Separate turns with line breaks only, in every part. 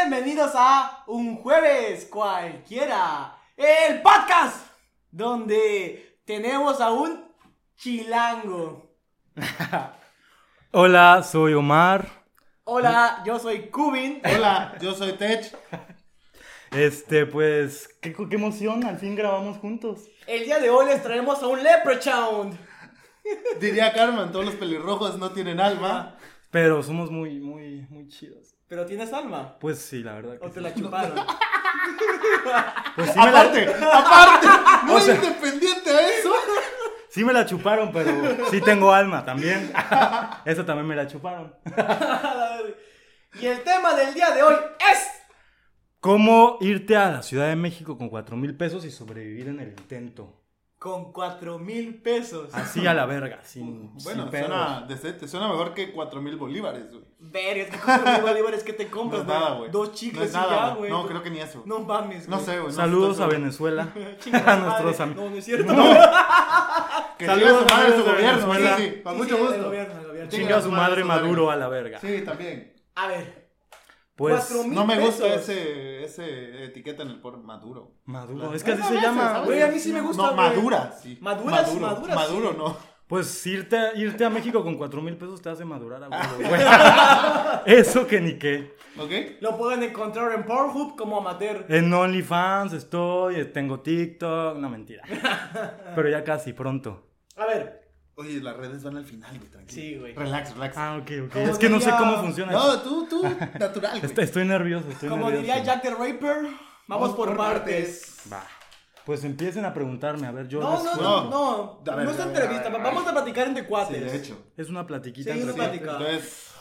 Bienvenidos a Un Jueves Cualquiera, el podcast donde tenemos a un chilango.
Hola, soy Omar.
Hola, yo soy Cubin.
Hola, yo soy Tech.
Este, pues, qué, qué emoción, al fin grabamos juntos.
El día de hoy les traemos a un leprechaun.
Diría Carmen, todos los pelirrojos no tienen alma.
Pero somos muy, muy, muy chidos.
Pero tienes alma.
Pues sí, la verdad.
O
que
te
sí.
la chuparon.
Pues sí me la,
Aparte, aparte, muy
O sea-
independiente a eso.
sí me la chuparon, pero sí tengo alma también. Eso también me la chuparon.
y el tema del día de hoy es...
¿Cómo irte a la Ciudad de México con cuatro mil pesos y sobrevivir en el intento?
Con cuatro mil pesos.
Ah.
Así a la verga, sin,
Bueno,
sin pedos.
suena decente, suena mejor que 4 mil bolívares, güey.
Ver, es que cuatro mil bolívares que te
No
compras,
es nada,
güey.
güey.
Dos
No
chicles
es
y ya,
nada,
güey.
güey. No, creo que ni eso.
No mames,
No
güey.
sé, güey. no
Saludos
estoy
a
seguro.
Venezuela.
Chinga
a
madre.
nuestros amigos.
No, no es cierto.
Que
Saludos
Saludos a
a
su gobierno,
Venezuela.
sí, sí. Con
Sí, sí,
mucho
del
gusto.
gobierno, del gobierno.
Chinga a su madre
Madre,
Maduro a la verga.
Sí, también.
A ver,
Pues,
cuatro mil
No me gusta
pesos.
ese, ese etiqueta en el por Maduro.
Maduro,
Claro.
es que así
Bueno,
se
a veces, a
llama.
veces.
Güey, a mí sí me gusta,
No,
güey.
madura, sí.
Maduras,
Maduro,
maduras,
Maduro,
sí.
no.
Pues irte a, irte a México con cuatro mil pesos te hace madurar a huevo, güey. Eso que ni qué.
¿Ok?
lo pueden encontrar en Pornhub como amateur.
En OnlyFans estoy, eh, tengo TikTok, no mentira. Pero ya casi, pronto.
A ver,
Oye, las redes van al final, güey, tranquilo.
Sí, güey.
Relax, relax.
Ah, ok, ok.
Como
Es que no sé
diría-
cómo funciona.
No, tú, tú, natural,
Este-
Est-
güey.
Estoy nervioso, estoy
como
nervioso.
diría Jack the Raper, vamos por, partes.
Va. Pues empiecen a preguntarme, a ver, yo...
No,
les
no,
cuento.
no,
No.
no.
A ver,
no es
a ver,
entrevista,
a ver,
vamos
a ver.
a platicar entre
Sí,
cuates.
de hecho.
Es una platiquita
Sí,
entre
una
sí.
platica.
Entonces,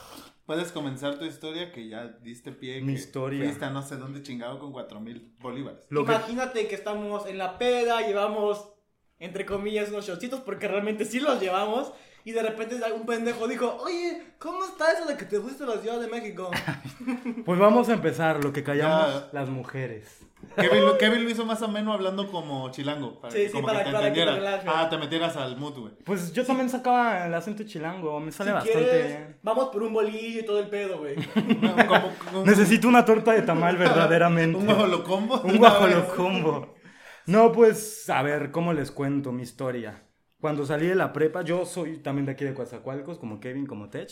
puedes comenzar tu historia que ya diste pie.
Mi
que
historia.
Fuiste a no sé dónde chingado con cuatro mil bolívares.
Lo que...
Imagínate que... estamos en la peda, llevamos, entre comillas, unos shortcitos, porque realmente sí los llevamos. Y de repente un pendejo dijo, oye, ¿cómo está eso de que te fuiste a la Ciudad de México?
Pues vamos a empezar, lo que callamos
Ya.
las mujeres.
Kevin, lo- Kevin lo hizo más ameno hablando como chilango. Para
Sí,
que,
sí,
como
para-
que te
para que te
entendieran.
relajes.
Ah, te metieras al mood, güey.
Pues yo también sacaba el acento chilango, me sale
si
bastante
quieres,
bien.
vamos por un bolillo y todo el pedo, güey.
No, como- como-
Necesito una torta de tamal verdaderamente.
Un guajolocombo.
Un guajolocombo. No, pues, a ver, ¿cómo les cuento mi historia? Cuando salí de la prepa, yo soy también de aquí de Coatzacoalcos, como Kevin, como Tech.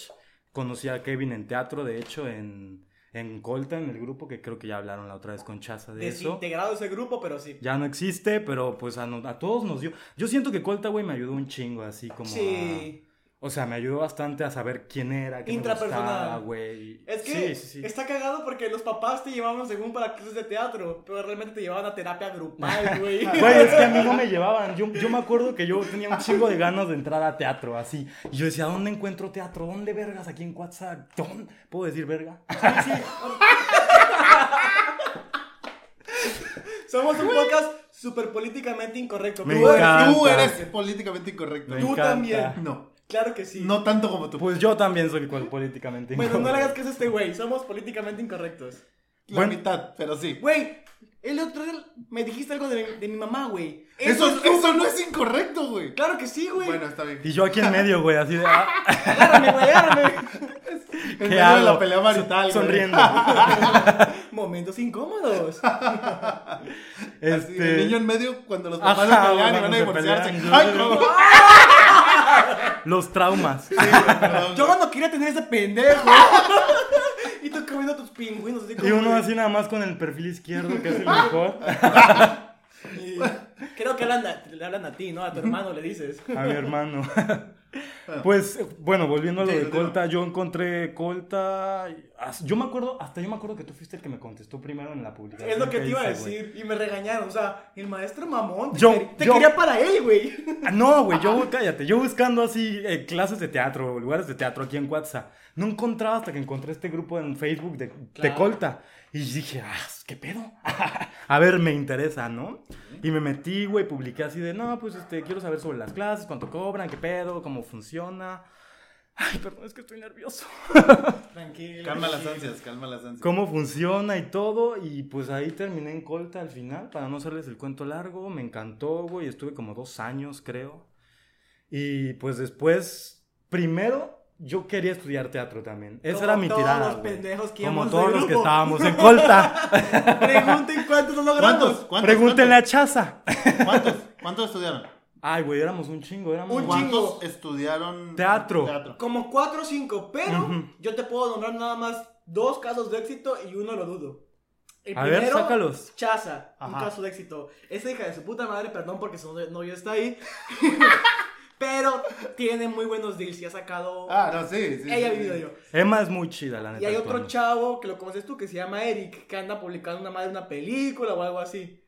Conocí a Kevin en teatro, de hecho, en, en Colta, en el grupo, que creo que ya hablaron la otra vez con Chaza de eso.
Desintegrado ese grupo, pero sí.
Ya no existe, pero pues a, no- a todos nos dio. Yo siento que Colta, güey, me ayudó un chingo, así como. a-
Sí.
o sea, me ayudó bastante a saber quién era, qué me
Intrapersonal.
gustaba, güey.
Es que
Sí, sí, sí.
está cagado porque los papás te llevaban según para clases de teatro, pero realmente te llevaban a terapia grupal, güey.
Güey, es que a mí no me llevaban. Yo, yo me acuerdo que yo tenía un chingo de ganas de entrar a teatro, así. Y yo decía, ¿dónde encuentro teatro? ¿Dónde vergas aquí en WhatsApp? ¿Dónde? ¿Puedo decir verga?
Somos un podcast súper políticamente incorrecto.
Me
pero
Tú
bueno,
eres, tú
encanta.
eres políticamente incorrecto.
Me
Tú
encanta.
también.
No,
Claro que sí.
no tanto como tú.
Pues yo también soy cual- políticamente
bueno, no le
incorrecto.
hagas que es este güey. Somos políticamente incorrectos.
La
bueno.
mitad, pero sí.
Güey, el otro día me dijiste algo de mi, de mi mamá, güey.
Eso, eso no es incorrecto, güey.
Claro que sí, güey.
Bueno, está bien.
Y yo aquí en medio, güey, así de... ah,
Agárrame, güey, agárrame.
En
¿Qué
medio de
hago?
la pelea marital, güey.
Sonriendo.
Momentos incómodos.
Así, el
Este...
niño en medio cuando los papás se
Ajá,
pelean y
cuando
van a
se
divorciarse.
pelean.
Ay, cómo.
Los traumas.
Perdón,
Yo no quería tener ese pendejo. y tú comiendo tus pingüinos. Así
Y
como
uno
que-
así nada más con el perfil izquierdo, que es el mejor.
Y Creo que hablan a- le hablan a ti, ¿no? A tu hermano le dices.
A mi hermano. Pues, bueno, volviendo a lo
Sí,
de
continúa.
Colta, yo encontré Colta. y- as- Yo me acuerdo, hasta yo me acuerdo que tú fuiste el que me contestó primero en la publicación.
Es lo que te iba a
hice, güey.
decir. Y me regañaron. O sea, el maestro mamón. Te,
Yo-
quer- te
yo-
quería para él, güey.
Ah, No, güey, yo cállate. Yo buscando así eh, clases de teatro, lugares de teatro aquí en WhatsApp. No encontraba hasta que encontré este grupo en Facebook de, de
Claro.
Colta. Y dije, ah, ¿qué pedo? a ver, me interesa, ¿no? Y me metí, güey, publiqué así de, no, pues este, quiero saber sobre las clases, cuánto cobran, qué pedo, cómo funciona. Ay, perdón, es que estoy nervioso.
Tranquilo.
Calma las ansias, calma las ansias.
cómo funciona y todo. Y pues ahí terminé en Colta al final, para no hacerles el cuento largo. Me encantó, güey. Estuve como dos años, creo. Y pues después, primero, yo quería estudiar teatro también. Esa
Como
era mi
todos
tirada.
los
güey.
pendejos que
Como
íbamos de
todos los que
grupo.
estábamos en colta.
Pregunten cuántos lo
¿Cuántos?
logramos.
¿Cuántos?
Pregúntenle a Chaza.
¿Cuántos? ¿Cuántos? ¿Cuántos estudiaron?
Ay, güey, éramos un chingo, éramos
Un
¿Cuántos
chingo.
estudiaron
Teatro.
Como 4 o 5, pero
Ujú.
yo te puedo nombrar nada más dos casos de éxito y uno lo dudo. El
A ver, sácalos.
Chaza, un
Ajá.
caso de éxito. Esa hija de su puta madre, perdón porque su novio está ahí. pero tiene muy buenos deals y ha sacado.
Ah, no, sí, sí.
ella ha
sí,
vivido
sí.
yo.
Emma es muy chida, la neta.
Y hay otro
actuando.
chavo que lo conoces tú que se llama Eric, que anda publicando una madre una película o algo así.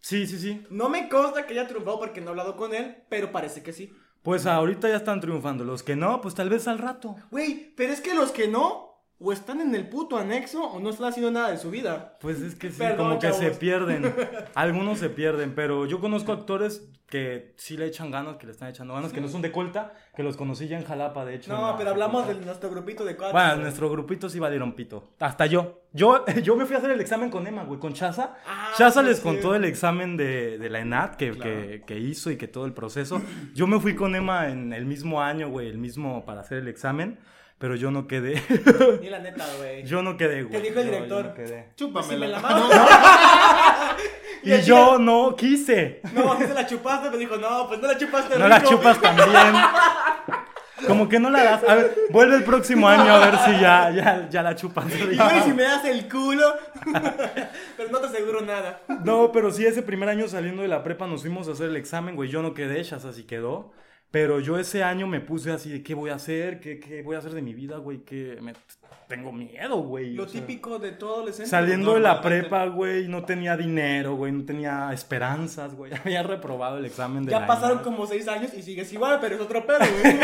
Sí, sí, sí.
No me consta que haya triunfado porque no he hablado con él, pero parece que sí.
Pues ahorita ya están triunfando. Los que no, pues tal vez al rato.
Güey, pero es que los que no, o están en el puto anexo o no están haciendo nada de su vida.
Pues es que sí,
Perdón,
como que se
chavos.
pierden. Algunos se pierden, pero yo conozco actores que sí le echan ganas, que le están echando ganas, que no son de colta, que los conocí ya en Jalapa, de hecho. en
No,
la
pero hablamos de
facultad.
nuestro grupito de cuatro.
Bueno, nuestro grupito sí valieron pito. Hasta yo. Yo, yo me fui a hacer el examen con Emma, güey, con Chaza.
Ah,
Chaza
sí,
les
sí.
contó el examen de, de la ENAT que,
Claro.
que- que hizo y que todo el proceso. Yo me fui con Emma en el mismo año, güey, el mismo para hacer el examen, pero yo no quedé.
Ni la neta, güey.
yo Pues no quedé, güey.
dijo el
Yo- yo
director.
no quedé.
Chúpamela.
Si me la
No,
mamo.
Y, yo no quise.
No, si se la chupaste, me dijo, no, pues no la chupaste.
No la
rico.
chupas también. Como que no la das. A ver, vuelve el próximo año a ver si ya, ya, ya la chupas.
Y güey, si me das el culo. pero no te aseguro nada.
No, pero sí, ese primer año saliendo de la prepa nos fuimos a hacer el examen, güey. Yo no quedé, Shaz así quedó. Pero yo ese año me puse así de qué voy a hacer, qué, qué voy a hacer de mi vida, güey, que me tengo miedo, güey.
Lo
o sea.
típico de todo adolescente.
Saliendo de la
Normalmente.
prepa, güey, no tenía dinero, güey, no tenía esperanzas, güey. Había reprobado el examen de
Ya
la
pasaron
ENAD.
como seis años y sigues igual, pero es otro pedo, güey.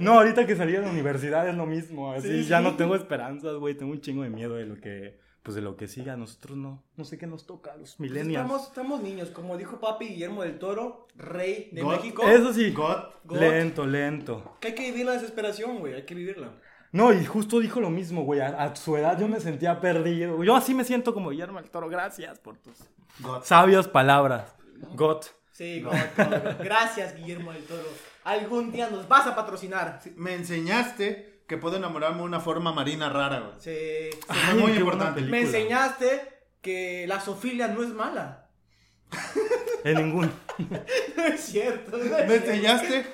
No, ahorita que salí de la universidad es lo mismo, así
Sí,
ya
sí.
no tengo esperanzas, güey, tengo un chingo de miedo de lo que pues de lo que siga, nosotros no, no sé qué nos toca, los millennials.
Pues estamos, estamos niños, como dijo papi Guillermo del Toro, rey de
God.
México.
Eso sí.
God.
God.
Lento, lento.
Que hay que vivir la desesperación, güey, hay que vivirla.
No, y justo dijo lo mismo, güey. A, a su edad yo me sentía perdido. Yo así me siento como Guillermo del Toro. Gracias por tus
God.
sabias palabras. God.
Sí, God, God. gracias Guillermo del Toro. Algún día nos vas a patrocinar. Sí.
Me enseñaste que puedo enamorarme de una forma marina rara, güey.
Sí.
fue
Ay,
muy
qué buena
importante.
película.
Me enseñaste que la sofilia no es mala.
En ningún.
No es cierto. no es
Me
cierto.
enseñaste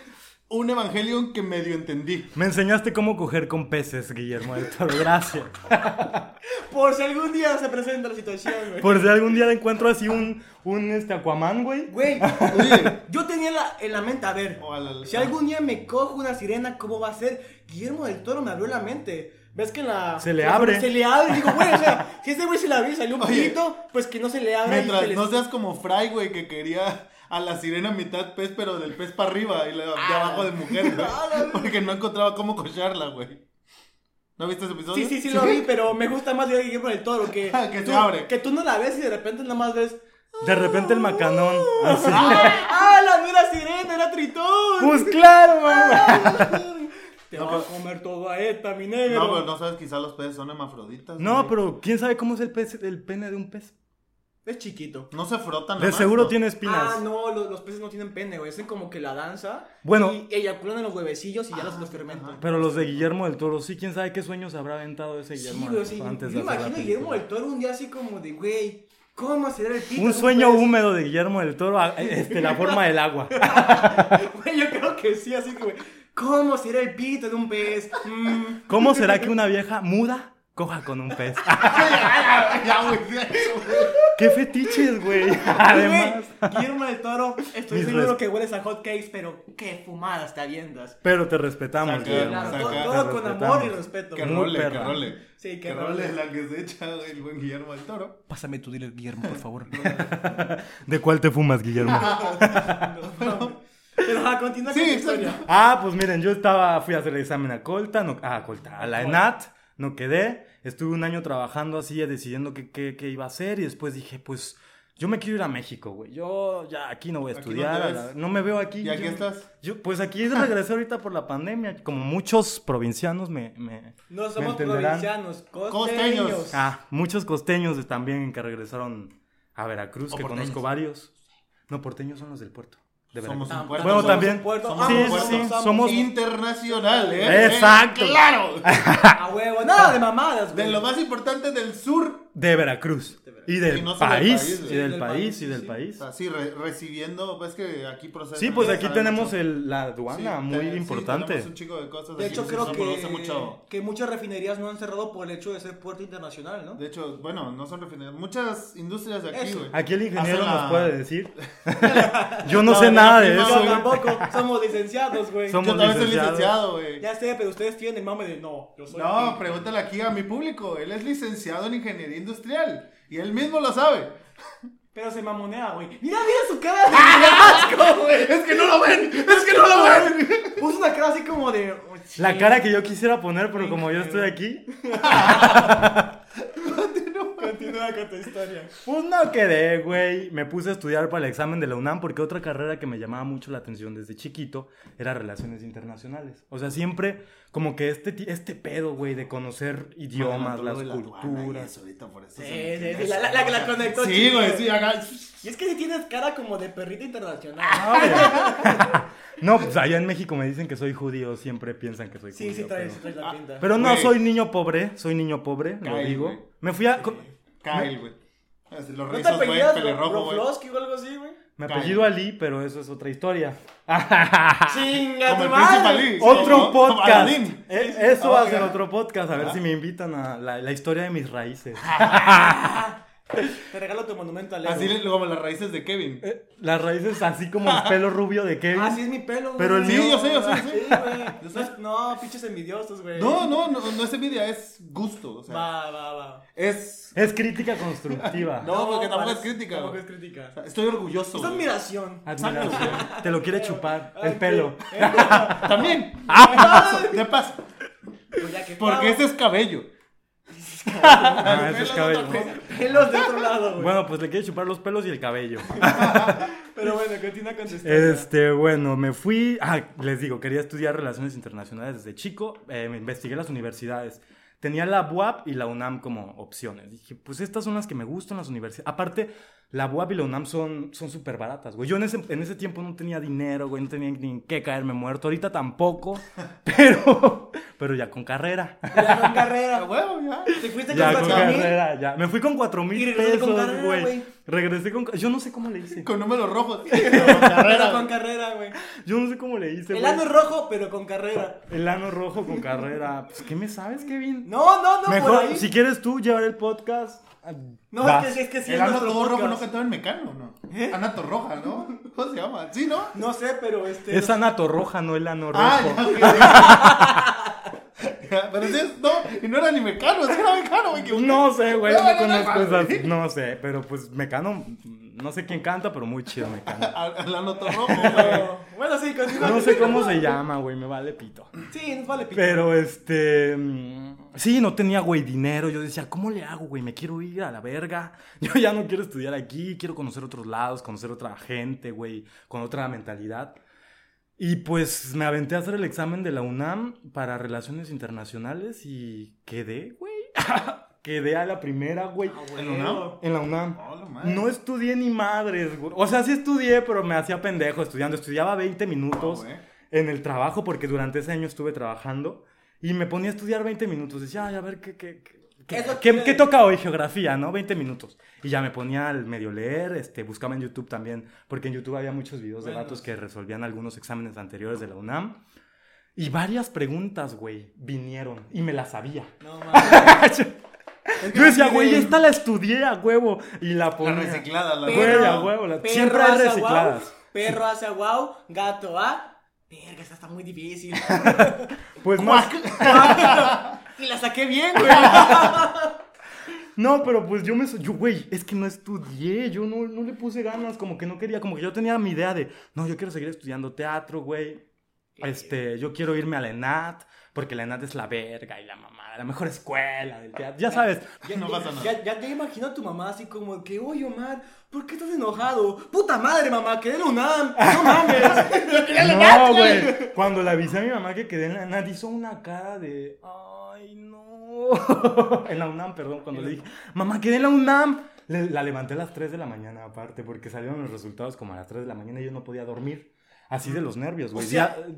un evangelio que medio entendí.
Me enseñaste cómo coger con peces, Guillermo del Toro. Gracias.
Por si algún día se presenta la situación, güey.
Por si algún día encuentro así un, un este Aquaman, güey.
Güey,
Oye,
yo tenía la- en la mente, a ver,
O a la-
si algún día me cojo una sirena, ¿cómo va a ser? Guillermo del Toro me abrió la mente. ¿Ves que la...
Se le
la-
abre.
Se le abre. Digo, güey, o sea, si este güey se le abrió y salió un
Oye,
poquito, pues que no se le abra. y se
mientras
les-
no seas como Fry, güey, que quería a la sirena mitad pez, pero del pez para arriba y la- de abajo de mujer, güey.
Ah, la-
Porque no encontraba cómo cocharla, güey. ¿No viste ese episodio?
Sí, sí, sí lo vi, pero me gusta más la idea de Guillermo del Toro que...
Que se
tú,
abre.
Que tú no la ves y de repente nada más ves...
De repente el macanón. Así.
¡Ah, la no era sirena, era tritón!
Pues claro, mamá.
Te
No,
va a
pero-
comer toda esta, mi negro.
No, pero no sabes, quizás los peces son hermafroditas.
No,
güey.
pero quién sabe cómo es el pez, el pene de un pez.
Es chiquito.
No se frotan
De
nomás,
seguro
¿no?
tiene espinas.
Ah, no, lo- los, peces no tienen pene, güey. Hacen como que la danza.
Bueno.
Y eyaculan en los huevecillos y ya
Ah,
los, los fermentan.
Pero los de Guillermo del Toro, sí, quién sabe qué sueños habrá aventado ese
Sí,
Guillermo del
güey.
Toro
Sí,
antes
yo
de hacer la
imagino a Guillermo
película.
del Toro un día así como de, güey, ¿cómo será el pito?
Un
de
sueño
pez?
húmedo de Guillermo del Toro, a- este, la forma del agua.
Güey, yo creo que sí, así que, güey. ¿Cómo será el pito de un pez? Mm.
¿Cómo será que una vieja muda coja con un pez? Ah,
Ah, Ya, güey. ya, güey.
¡Qué fetiches, güey! Además.
Güey, Guillermo del Toro, estoy
Mis
seguro
res-
que hueles a hot cakes, pero qué fumadas te avientas.
Pero te respetamos,
Saca,
Guillermo.
Claro,
saca.
todo,
Te
todo con amor y
respetamos.
respeto.
Que
Muy
role, que
perra.
role.
Sí, que
que role
role.
es la que se echa güey, el buen Guillermo del Toro.
Pásame tu dealer, Guillermo, por favor.
¿De cuál te fumas, Guillermo?
Pero a continúa
Sí,
con tu
exacto.
historia.
Ah, pues miren, yo estaba, fui a hacer el examen a Colta, no, ah, a Colta, a la ENAT, no quedé, estuve un año trabajando así, decidiendo qué, qué, qué iba a hacer y después dije, pues yo me quiero ir a México, güey, yo ya aquí no voy a
Aquí no
estudiar,
te
a la- no,
ves.
me veo aquí.
¿Y aquí
yo-
estás?
Yo, pues aquí regresé ahorita por la pandemia, como muchos provincianos me... me
No
me
somos
entenderán.
provincianos, costeños.
Costeños.
Ah, muchos costeños también que regresaron a Veracruz,
O
que
porteños.
conozco varios. No, porteños son los del puerto. de
Somos
Veracruz.
un puerto.
Bueno,
somos
también-
un puerto,
sí,
somos un
sí,
puerto,
sí,
somos
somos-
internacional, ¿eh?
Exacto.
Eh, ¡Claro!
A huevo, nada de mamadas,
De
güey.
lo más importante del sur.
De Veracruz. Y del
Y no solo del
país.
país,
Y
güey.
del país. Y del país.
Así, recibiendo, pues que aquí procesan.
Sí, pues
ya
aquí
saben
tenemos
mucho.
el- la
Sí,
aduana
te-
muy
sí,
importante.
tenemos un chico de cosas.
De
aquí
hecho,
se
creo
produce
que,
mucho.
que muchas refinerías no han cerrado por el hecho de ser puerto internacional, ¿no?
De hecho, bueno, no son refinerías. Muchas industrias de aquí,
Eso.
güey.
Aquí el ingeniero
hacen la-
nos puede decir. Yo no
No,
sé
yo
nada de
no fui
Yo
eso.
güey.
tampoco, somos licenciados, güey.
Somos-
Yo también soy
licenciado.
licenciado, güey.
Ya sé, pero ustedes tienen el mame de no, yo soy.
No, pregúntale aquí a mi público. Él es licenciado en ingeniería industrial. Y él mismo lo sabe.
Pero se mamonea, güey. Mira, mira su cara de asco, güey.
Es que no lo ven. Es que no lo ven.
Puso una cara así como de.
La cara que yo quisiera poner, pero como yo estoy aquí,
Continúa con tu historia.
pues no quedé, güey. Me puse a estudiar para el examen de la UNAM porque otra carrera que me llamaba mucho la atención desde chiquito era relaciones internacionales. O sea, siempre como que este, ti- este pedo, güey, de conocer idiomas, las culturas.
Sí, sí, sí, la, la- la que la conectó.
Sí,
chido.
güey, sí, acá.
Y es que si tienes cara como de perrito internacional.
Ah, güey. No, pues allá en México me dicen que soy judío, siempre piensan que soy
sí,
judío.
sí, traes,
pero-
traes la
Ah,
pinta.
Pero no,
Güey.
soy niño pobre, soy niño pobre, lo
Cállate,
digo.
güey.
Me fui a... co-
Kyle, güey. Así, Los
¿No te
rizos, güey,
apellidas
pelirrojo, güey.
Rofloski o algo así, güey?
Me
Cállate.
apellido Ali, pero eso es otra historia.
¡Chinga
Como
tu
el príncipe Ali.
madre!
otro
Como- como
podcast.
Aladdin.
Eh, Eso va a ser
Ahora.
otro podcast. A ver
Ah.
si me invitan a la, la historia de mis raíces.
Ah. Te regalo tu monumento al ego.
Así le- como las raíces de Kevin.
Eh, Las raíces así como el pelo rubio de Kevin.
Así es mi pelo, güey.
Pero el
Ah, Sí,
mío-
yo sé, yo sé, yo sé.
Sí,
Yo sé. No, pinches envidiosos, güey.
No, no, no, no es envidia, es gusto. O sea,
Va, va, va.
es.
Es crítica constructiva.
No, porque tampoco
vale,
es crítica,
Tampoco
güey.
es crítica.
o sea, Estoy orgulloso.
Es
güey.
admiración.
Admiración. Te lo quiere chupar.
Ay,
El pelo.
qué- eh,
También. De paso.
pues ya que-
Porque ese es cabello.
Ah, eso es cabello.
Pelos de otro lado, güey.
Bueno, pues le quiere chupar los pelos y el cabello.
Pero bueno, continúa con tu historia.
Este, bueno, me fui. Ah, les digo, quería estudiar relaciones internacionales desde chico. eh, me investigué las universidades. Tenía la BUAP y la UNAM como opciones. Dije, pues estas son las que me gustan las universidades. Aparte, la BUAP y la UNAM son son súper baratas, güey. Yo en ese, en ese tiempo no tenía dinero, güey. No tenía ni en qué caerme muerto. Ahorita tampoco. Pero, pero ya con carrera.
Ya con carrera,
A huevo, ya.
Te fuiste
Ya
con
con
4000.
carrera, ya. Me fui con cuatro
Y
mil
regresaste con
pesos,
carrera,
güey.
güey.
Regresé con... Yo no sé cómo le hice.
Con números rojos. Con carrera,
Pero con
güey.
carrera, güey.
Yo no sé cómo le hice,
El
güey.
ano es rojo, pero con carrera.
El ano rojo con carrera. Pues, ¿qué me sabes, Kevin?
No, no, no, por
Mejor,
ahí.
si quieres tú llevar el podcast. ah,
No,
vas.
es que, es que sí
El
es
ano
nuestro
todo rojo no
podcast.
cantaba en Mecano, ¿no? Anato Roja, ¿no? ¿Cómo se llama? Sí, ¿no?
No sé, pero este.
Es anato roja, no el ano rojo.
Ah, ya, ok. Ya, Pero sí es, no, y no era ni Mecano, sí era Mecano, me equivoqué.
no sé, güey,
No,
no,
no, no,
conozco
no,
esas. No sé, pero pues Mecano, no sé quién canta, pero muy chido Mecano.
Al al Anato Rojo, güey.
Pero- Bueno, sí, continúa.
No sé cómo se llama, güey, me vale pito.
Sí, nos vale pito.
Pero este. mm, Sí, no tenía, güey, dinero. Yo decía, ¿cómo le hago, güey? Me quiero ir a la verga. Yo ya no quiero estudiar aquí. Quiero conocer otros lados, conocer otra gente, güey, con otra mentalidad. Y pues me aventé a hacer el examen de la UNAM para Relaciones Internacionales y quedé, güey. quedé a la primera, güey.
Ah,
¿En
güey.
una?
En la UNAM.
No, lo madre.
No estudié ni madres, güey. O sea, sí estudié, pero me hacía pendejo estudiando. Estudiaba 20
Ah,
minutos
No, güey.
en el trabajo, porque durante ese año estuve trabajando. Y me ponía a estudiar 20 minutos. Decía, ay, a ver, ¿qué, qué, qué, qué-
Eso
qué-
quiere-
qué toca hoy? Geografía, ¿no? 20 minutos. Y ya me ponía al medio leer, este, buscaba en YouTube también, porque en YouTube había muchos videos de
Bueno,
datos
sí.
que resolvían algunos exámenes anteriores de la UNAM. Y varias preguntas, güey, vinieron. Y me las sabía.
No, mames.
Yo decía,
tiene-
güey, esta la estudié a huevo. Y la
La
ponía.
reciclada, la
Güey,
Perro,
a huevo, la-
perro
siempre hay
hace
recicladas.
guau, perro hace wow, gato a. Verga, esta está muy difícil.
Pues más,
y la saqué bien, güey.
No, pero pues yo me... so- Yo, güey, es que no estudié, yo no, no le puse ganas, como que no quería, como que yo tenía mi idea de, no, yo quiero seguir estudiando teatro, güey. Este, yo quiero irme a la ENAT, porque la ENAT es la verga y la mamada, la mejor escuela del teatro, ya sabes.
No pasa nada.
Ya, ya te imagino a tu mamá así como que, oye Omar, ¿por qué estás enojado? Puta madre, mamá, quedé en UNAM. No mames.
No, güey, cuando le avisé a mi mamá que quedé en la ENAT, hizo una cara de, ay, no. En la UNAM, perdón, cuando le dije, mamá, quedé en la UNAM. Le- la levanté a las 3 de la mañana, aparte, porque salieron los resultados como a las 3 de la mañana y yo no podía dormir. Así de los nervios,
O
güey.
sea-
Ya, eh,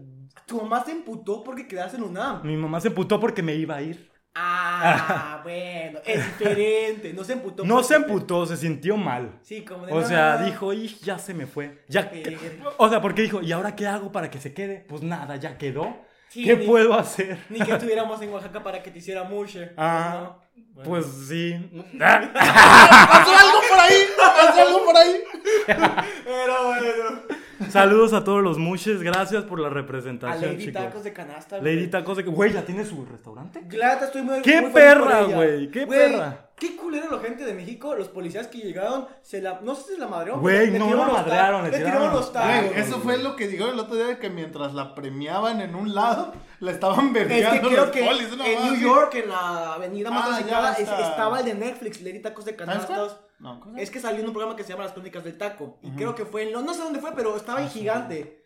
Tu mamá se emputó porque quedaste en UNAM.
mi mamá se emputó porque me iba a ir.
Ah, bueno, es diferente. No se emputó.
No
porque-
se emputó, se sintió mal.
Sí, como de,
O sea,
"No".
dijo, y ya se me fue. Ya,
Sí.
que- o sea, porque dijo, ¿y ahora qué hago para que se quede? Pues nada, ya quedó.
Sí,
¿Qué
ni-
puedo hacer?
Ni que estuviéramos en Oaxaca para que te hiciera mucho.
Ah,
Bueno.
Pues sí.
¡Ah,
¡Pasó algo por ahí! ¡Pasó algo por ahí!
Pero bueno.
Saludos a todos los mushes, gracias por la
A
representación,
Lady
chicos.
Tacos de Canasta. güey.
Lady Tacos de que, güey, ya tiene su restaurante.
La neta, estoy muy
¡Qué
muy feliz por
perra,
ella.
güey! ¡Qué
Güey,
perra!
Qué culero la gente de México, los policías que llegaron, se la, no sé si la madrearon.
Güey,
pero le
no
tiraron
la
los ta-
madrearon, le
le
tiraron
tiraron
los
los
tacos.
tacos.
Güey, eso fue lo que dijeron el otro día que mientras la premiaban en un lado, la estaban
Es que
verdeando
creo que
polis, una
en
mamá
New
así.
York, en la avenida más
Ah, ya
transitada, es-
está.
estaba el de Netflix, Lady Tacos de
¿Sabes cuál?
Canastas.
No, ¿cómo se
Es que salió en un programa que se llama Las Crónicas del Taco. Y
Ujú.
creo que fue en Londres, no sé dónde fue, pero estaba en
Ah, sí.
gigante.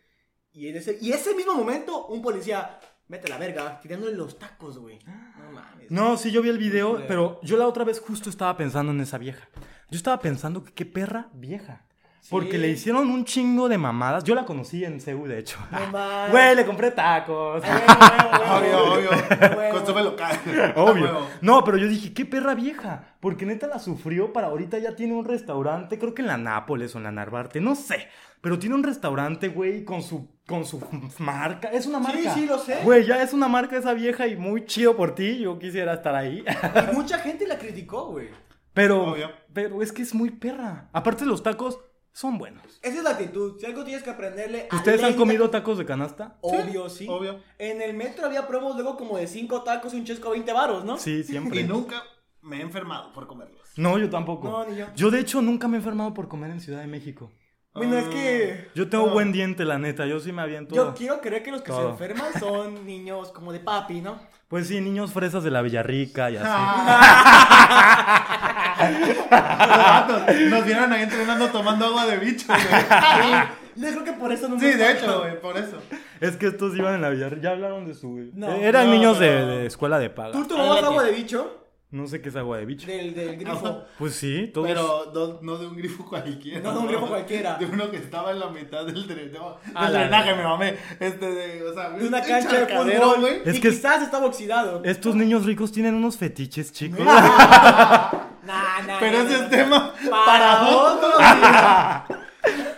Y en ese, y ese mismo momento, un policía, mete la verga, tirándole los tacos, güey. No mames.
No, sí, yo vi el video,
culero.
pero yo la otra vez justo estaba pensando en esa vieja. Yo estaba pensando que qué perra vieja. Porque
Sí.
le hicieron un chingo de mamadas. Yo la conocí en CU, de hecho.
No mames.
Güey, le compré tacos.
Ay, güey, güey,
Obvio,
güey, güey, güey.
obvio. Consume local.
Obvio. No, pero yo dije, qué perra vieja. Porque neta la sufrió para ahorita ya tiene un restaurante, creo que en la Nápoles o en la Narvarte, no sé. Pero tiene un restaurante, güey, con su, con su marca. Es una
Sí,
marca.
sí, lo sé.
Güey, ya es una marca esa vieja y muy chido por ti. Yo quisiera estar ahí.
Y mucha gente la criticó, güey.
Pero,
Obvio.
pero es que es muy perra. Aparte los tacos son buenos.
Esa es la actitud. Si algo tienes que aprenderle. a
¿Ustedes han
Lady
comido tacos de canasta?
Obvio, sí.
Obvio.
En el metro había promos luego como de 5 tacos y un chesco a 20 varos, ¿no?
Sí,
Y
siempre.
nunca me he enfermado por comerlos.
No, yo tampoco.
No, ni yo.
Yo de hecho nunca me he enfermado por comer en Ciudad de México.
Bueno, es
Ah.
que
Yo tengo
No.
buen diente, la neta. Yo sí me aviento.
Oh. yo quiero creer que los que se
Todo.
enferman son niños como de papi, ¿no?
Pues sí, niños fresas de la Villarrica y así.
Ah. Vatos, Nos vieron ahí entrenando tomando agua de bicho, güey.
Yo creo que por eso no me
Sí, de
pasa.
hecho, güey, por eso.
Es que estos iban en la Villarrica. Ya hablaron de su.
No,
Eh, Eran
no,
niños de,
pero-
de escuela de paga.
¿Tú tomabas
Adelante.
agua de bicho?
No sé qué es agua de bicho.
Del, del grifo.
Ajá.
Pues sí, todos.
Pero no, no de un grifo cualquiera.
No de un grifo cualquiera.
De uno que estaba en la mitad del, dre- no,
A
del
la
drenaje, me mamé. Este de, o sea,
De una
un
cancha de
charcadero,
fútbol,
güey.
Y
Es que-
quizás estaba oxidado.
Estos niños ricos tienen unos fetiches, chicos.
Nah, nah, nah,
Pero
nah,
ese es
nah.
tema
Para
para otro.
otro Ah, día.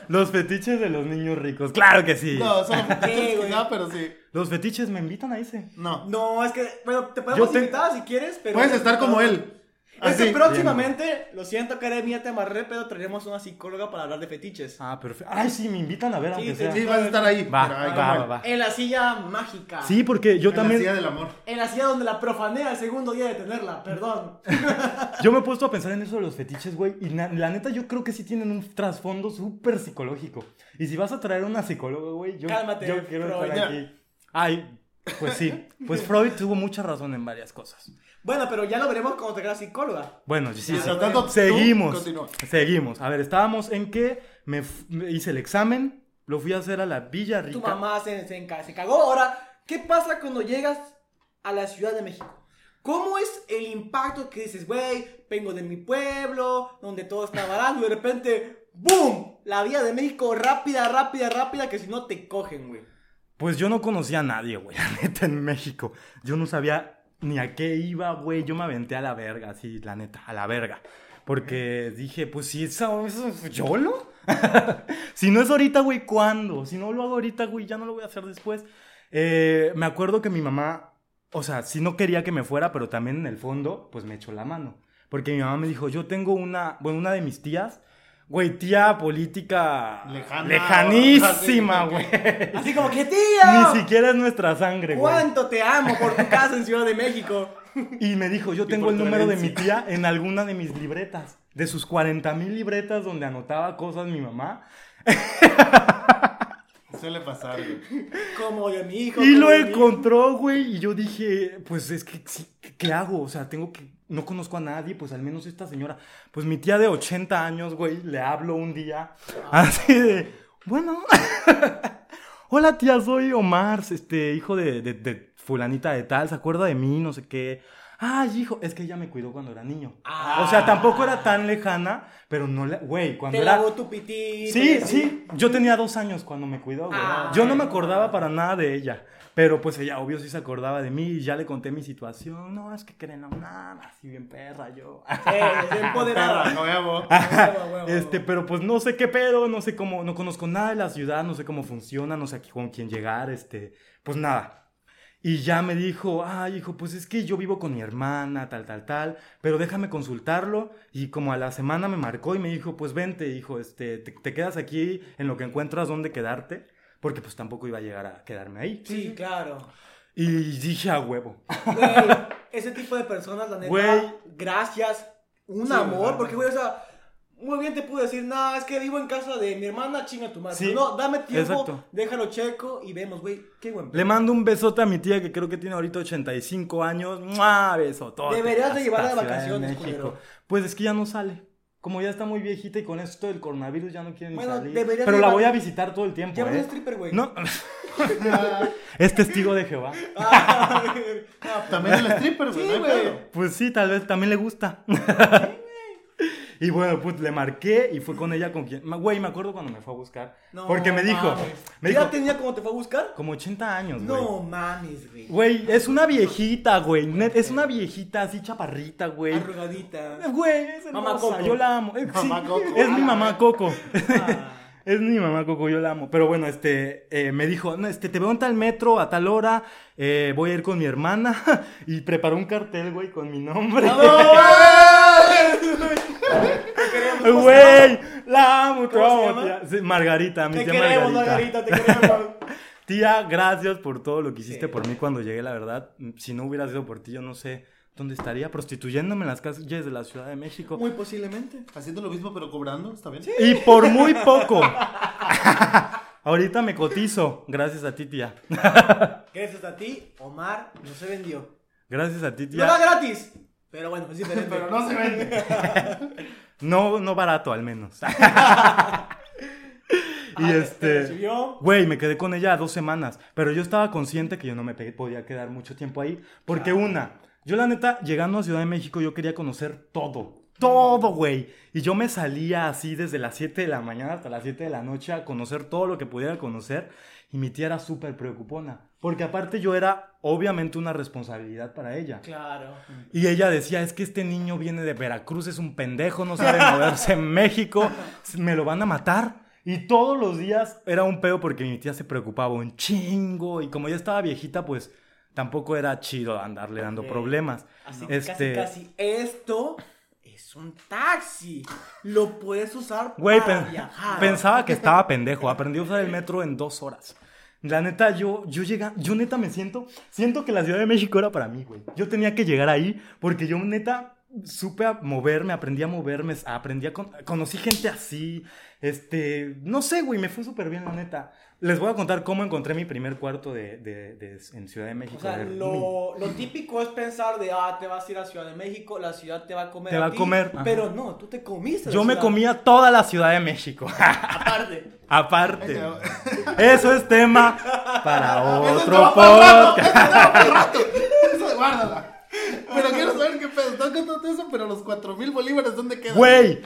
Los fetiches de los niños ricos. Claro que sí.
No, solo
Sí, güey.
quizá, pero sí.
Los fetiches me invitan a ese.
No.
No, es que, bueno, te podemos
Yo te-
invitar si quieres, pero.
Puedes estar como él.
Es que
Así.
próximamente, lo siento, Karen, mía, te amarré, pero traeremos una psicóloga para hablar de fetiches.
Ah, perfecto. Ay, sí, me invitan a
Sí,
ver aunque
te-
sea.
Sí, vas a estar ahí.
Va,
pero ahí
va,
como
va,
él.
va.
En la silla mágica.
Sí, porque yo
En la
también.
silla del amor.
En la silla donde la profané al segundo día de tenerla, perdón.
Yo me he puesto a pensar en eso de los fetiches, güey. Y na- la neta, yo creo que sí tienen un trasfondo súper psicológico. Y si vas a traer una psicóloga, güey, yo,
Cálmate,
yo quiero
Freud.
estar aquí. Ay, pues sí. Pues Freud tuvo mucha razón en varias cosas.
Bueno, pero ya lo veremos cuando te creas psicóloga.
Bueno, sí, sí.
Mientras tanto, tú
Seguimos.
continúa.
Seguimos. A ver, estábamos en que me, f- me hice el examen, lo fui a hacer a la Villa Rica.
Tu mamá se, se, enca- se cagó. Ahora, ¿qué pasa cuando llegas a la Ciudad de México? ¿Cómo es el impacto que dices, güey, vengo de mi pueblo, donde todo está barato, y de repente, ¡boom! La vida de México rápida, rápida, rápida, que si no te cogen, güey.
Pues yo no conocía a nadie, güey, la neta, en México. Yo no sabía ni a qué iba, güey. Yo me aventé a la verga, sí, la neta, a la verga. Porque dije, pues si eso, eso es YOLO. si no es ahorita, güey, ¿cuándo? Si no lo hago ahorita, güey, ya no lo voy a hacer después. Eh, me acuerdo que mi mamá, o sea, sí no quería que me fuera, pero también en el fondo, pues me echó la mano. Porque mi mamá me dijo, yo tengo una, bueno, una de mis tías, güey, tía política
Lejana,
lejanísima,
ahora sí,
güey.
Así como que,
Ni
tío,
siquiera es nuestra sangre, güey.
¿cuánto te amo por tu casa en Ciudad de México?
Y me dijo, yo tengo
por
el
tu
número de mi tía
herencia.
en alguna de mis libretas. De sus 40 mil libretas donde anotaba cosas mi mamá.
Suele pasar, güey.
Como de mi hijo.
Y
como
lo
de mi hijo.
encontró, güey. Y yo dije, pues es que, sí, ¿qué- ¿qué hago? O sea, tengo que... No conozco a nadie, pues al menos esta señora. Pues mi tía de 80 años, güey, le hablo un día.
Ah.
Así de, bueno. Hola tía, soy Omar, este, hijo de, de- de fulanita de tal, ¿se acuerda de mí? No sé qué. ay, hijo, es que ella me cuidó cuando era niño.
Ah.
O sea, tampoco era tan lejana, pero no le. Güey, cuando
Te
era.
lavó tu pitito. y
Sí,
así.
sí. Yo tenía dos años cuando me cuidó, güey.
Ah.
Yo no me acordaba para nada de ella. Pero pues ella, obvio, sí se acordaba de mí y ya le conté mi situación. No, es que creen la UNAM, así bien perra yo.
Sí, es
Perra,
Eh, empoderada.
nuevo.
Huevo, huevo, huevo.
Este, pero pues no sé qué pero, no sé cómo, no conozco nada de la ciudad, no sé cómo funciona, no sé a qui- con quién llegar, este, pues nada. Y ya me dijo, ay, hijo, pues es que yo vivo con mi hermana, tal, tal, tal, pero déjame consultarlo. Y como a la semana me marcó y me dijo, pues vente, hijo, este, te, te quedas aquí en lo que encuentras dónde quedarte, porque pues tampoco iba a llegar a quedarme ahí.
Sí, claro.
Y dije, a huevo.
Güey, ese tipo de personas, la neta,
Güey.
gracias, un
Sí,
amor,
verdad.
porque, güey, o sea, muy bien te pude decir, nada, es que vivo en casa de mi hermana, chinga tu madre.
Sí,
No, dame tiempo,
exacto.
déjalo checo y vemos, güey, qué buen
Le mando un besote a mi tía que creo que tiene ahorita 85 años. ¡Mua! Besotote.
Deberías de
Hasta
llevarla de
Ciudad
vacaciones,
México.
culero.
Pues es que ya no sale. Como ya está muy viejita y con esto del coronavirus ya no quieren ni
Bueno,
salir.
deberías
Pero la
llevar-
voy a visitar todo el tiempo,
Lleva un
¿eh?
stripper, güey.
No. es testigo de Jehová.
Ah, güey. Ah, pues,
También el stripper, güey.
Sí,
no hay
güey.
pedo.
Pues sí, tal vez también le gusta. y bueno, pues le marqué y fue con ella con quien... Ma- Güey, me acuerdo cuando me fue a buscar.
no
porque me dijo...
mames.
Me
¿Qué edad
dijo...
tenía cuando te fue a buscar?
Como 80 años, güey.
No mames, güey.
Güey, es una viejita, güey. net- Es una viejita así chaparrita, güey.
Arrugadita.
Güey, es
Mamá
hermosa,
Coco.
yo la amo. Eh, sí,
Mamá Coco.
Es mi mamá Coco.
Ah.
Es mi mamá Coco, yo la amo. Pero bueno, este, eh, me dijo, "No, este, te veo en tal metro a tal hora, eh, voy a ir con mi hermana. Y preparó un cartel, güey, con mi nombre.
Te queremos,
Güey, la amo, te
¿Cómo se
amo,
llama?
tía. Sí, Margarita, mi
Te
tía
queremos,
Margarita.
Margarita, te queremos.
Tía, gracias por todo lo que hiciste
Sí.
por mí cuando llegué, la verdad. Mm, Si no hubiera sido por ti, yo no sé dónde estaría prostituyéndome en las calles de la Ciudad de México.
Muy posiblemente.
Haciendo lo mismo pero cobrando, ¿está bien?
Y por muy poco. Ahorita me cotizo, gracias a ti, tía.
Gracias a ti, Omar no se vendió.
Gracias a ti,
Lo da
tía.
gratis. Pero bueno, es diferente.
Pero no se vende.
No, no barato, al menos. Y
Ah, te
este...
recibió.
Güey, me quedé con ella dos semanas, pero yo estaba consciente que yo no me pe- podía quedar mucho tiempo ahí, porque una, yo la neta, llegando a Ciudad de México, yo quería conocer todo, todo, güey. Y yo me salía así desde las 7 de la mañana hasta las 7 de la noche a conocer todo lo que pudiera conocer, y mi tía era súper preocupona, porque aparte yo era obviamente una responsabilidad para ella.
Claro.
Y ella decía, es que este niño viene de Veracruz, es un pendejo, no sabe moverse en México, me lo van a matar. Y todos los días era un pedo porque mi tía se preocupaba un chingo y como ya estaba viejita, pues tampoco era chido andarle dando
Ok.
problemas.
Así que
Este,
casi, casi esto es un taxi. Lo puedes usar
Güey,
para
pen-
viajar.
pensaba que estaba pendejo, aprendí a usar el metro en dos horas. La neta, yo, yo llega, yo neta me siento, siento que la Ciudad de México era para mí, güey. Yo tenía que llegar ahí porque yo neta supe a moverme, aprendí a moverme, s- aprendí a, con- conocí gente así, este, no sé, güey, me fue súper bien, la neta. Les voy a contar cómo encontré mi primer cuarto de, de- de- en Ciudad de México.
O sea,
de-
lo, lo típico es pensar de, ah, te vas a ir a Ciudad de México, la ciudad te va a comer.
Te va a
ti",
comer, ajá.
Pero no, tú te comiste. la
Yo me
ciudad.
comía toda la Ciudad de México,
Aparte.
aparte.
Eso-
Eso es tema para
Eso
otro
estaba para rato,
podcast.
eso estaba para rato. Eso, guárdala. Pero quiero saber qué pedo. Están contando eso, pero los 4000 bolívares, ¿dónde quedan?
Güey,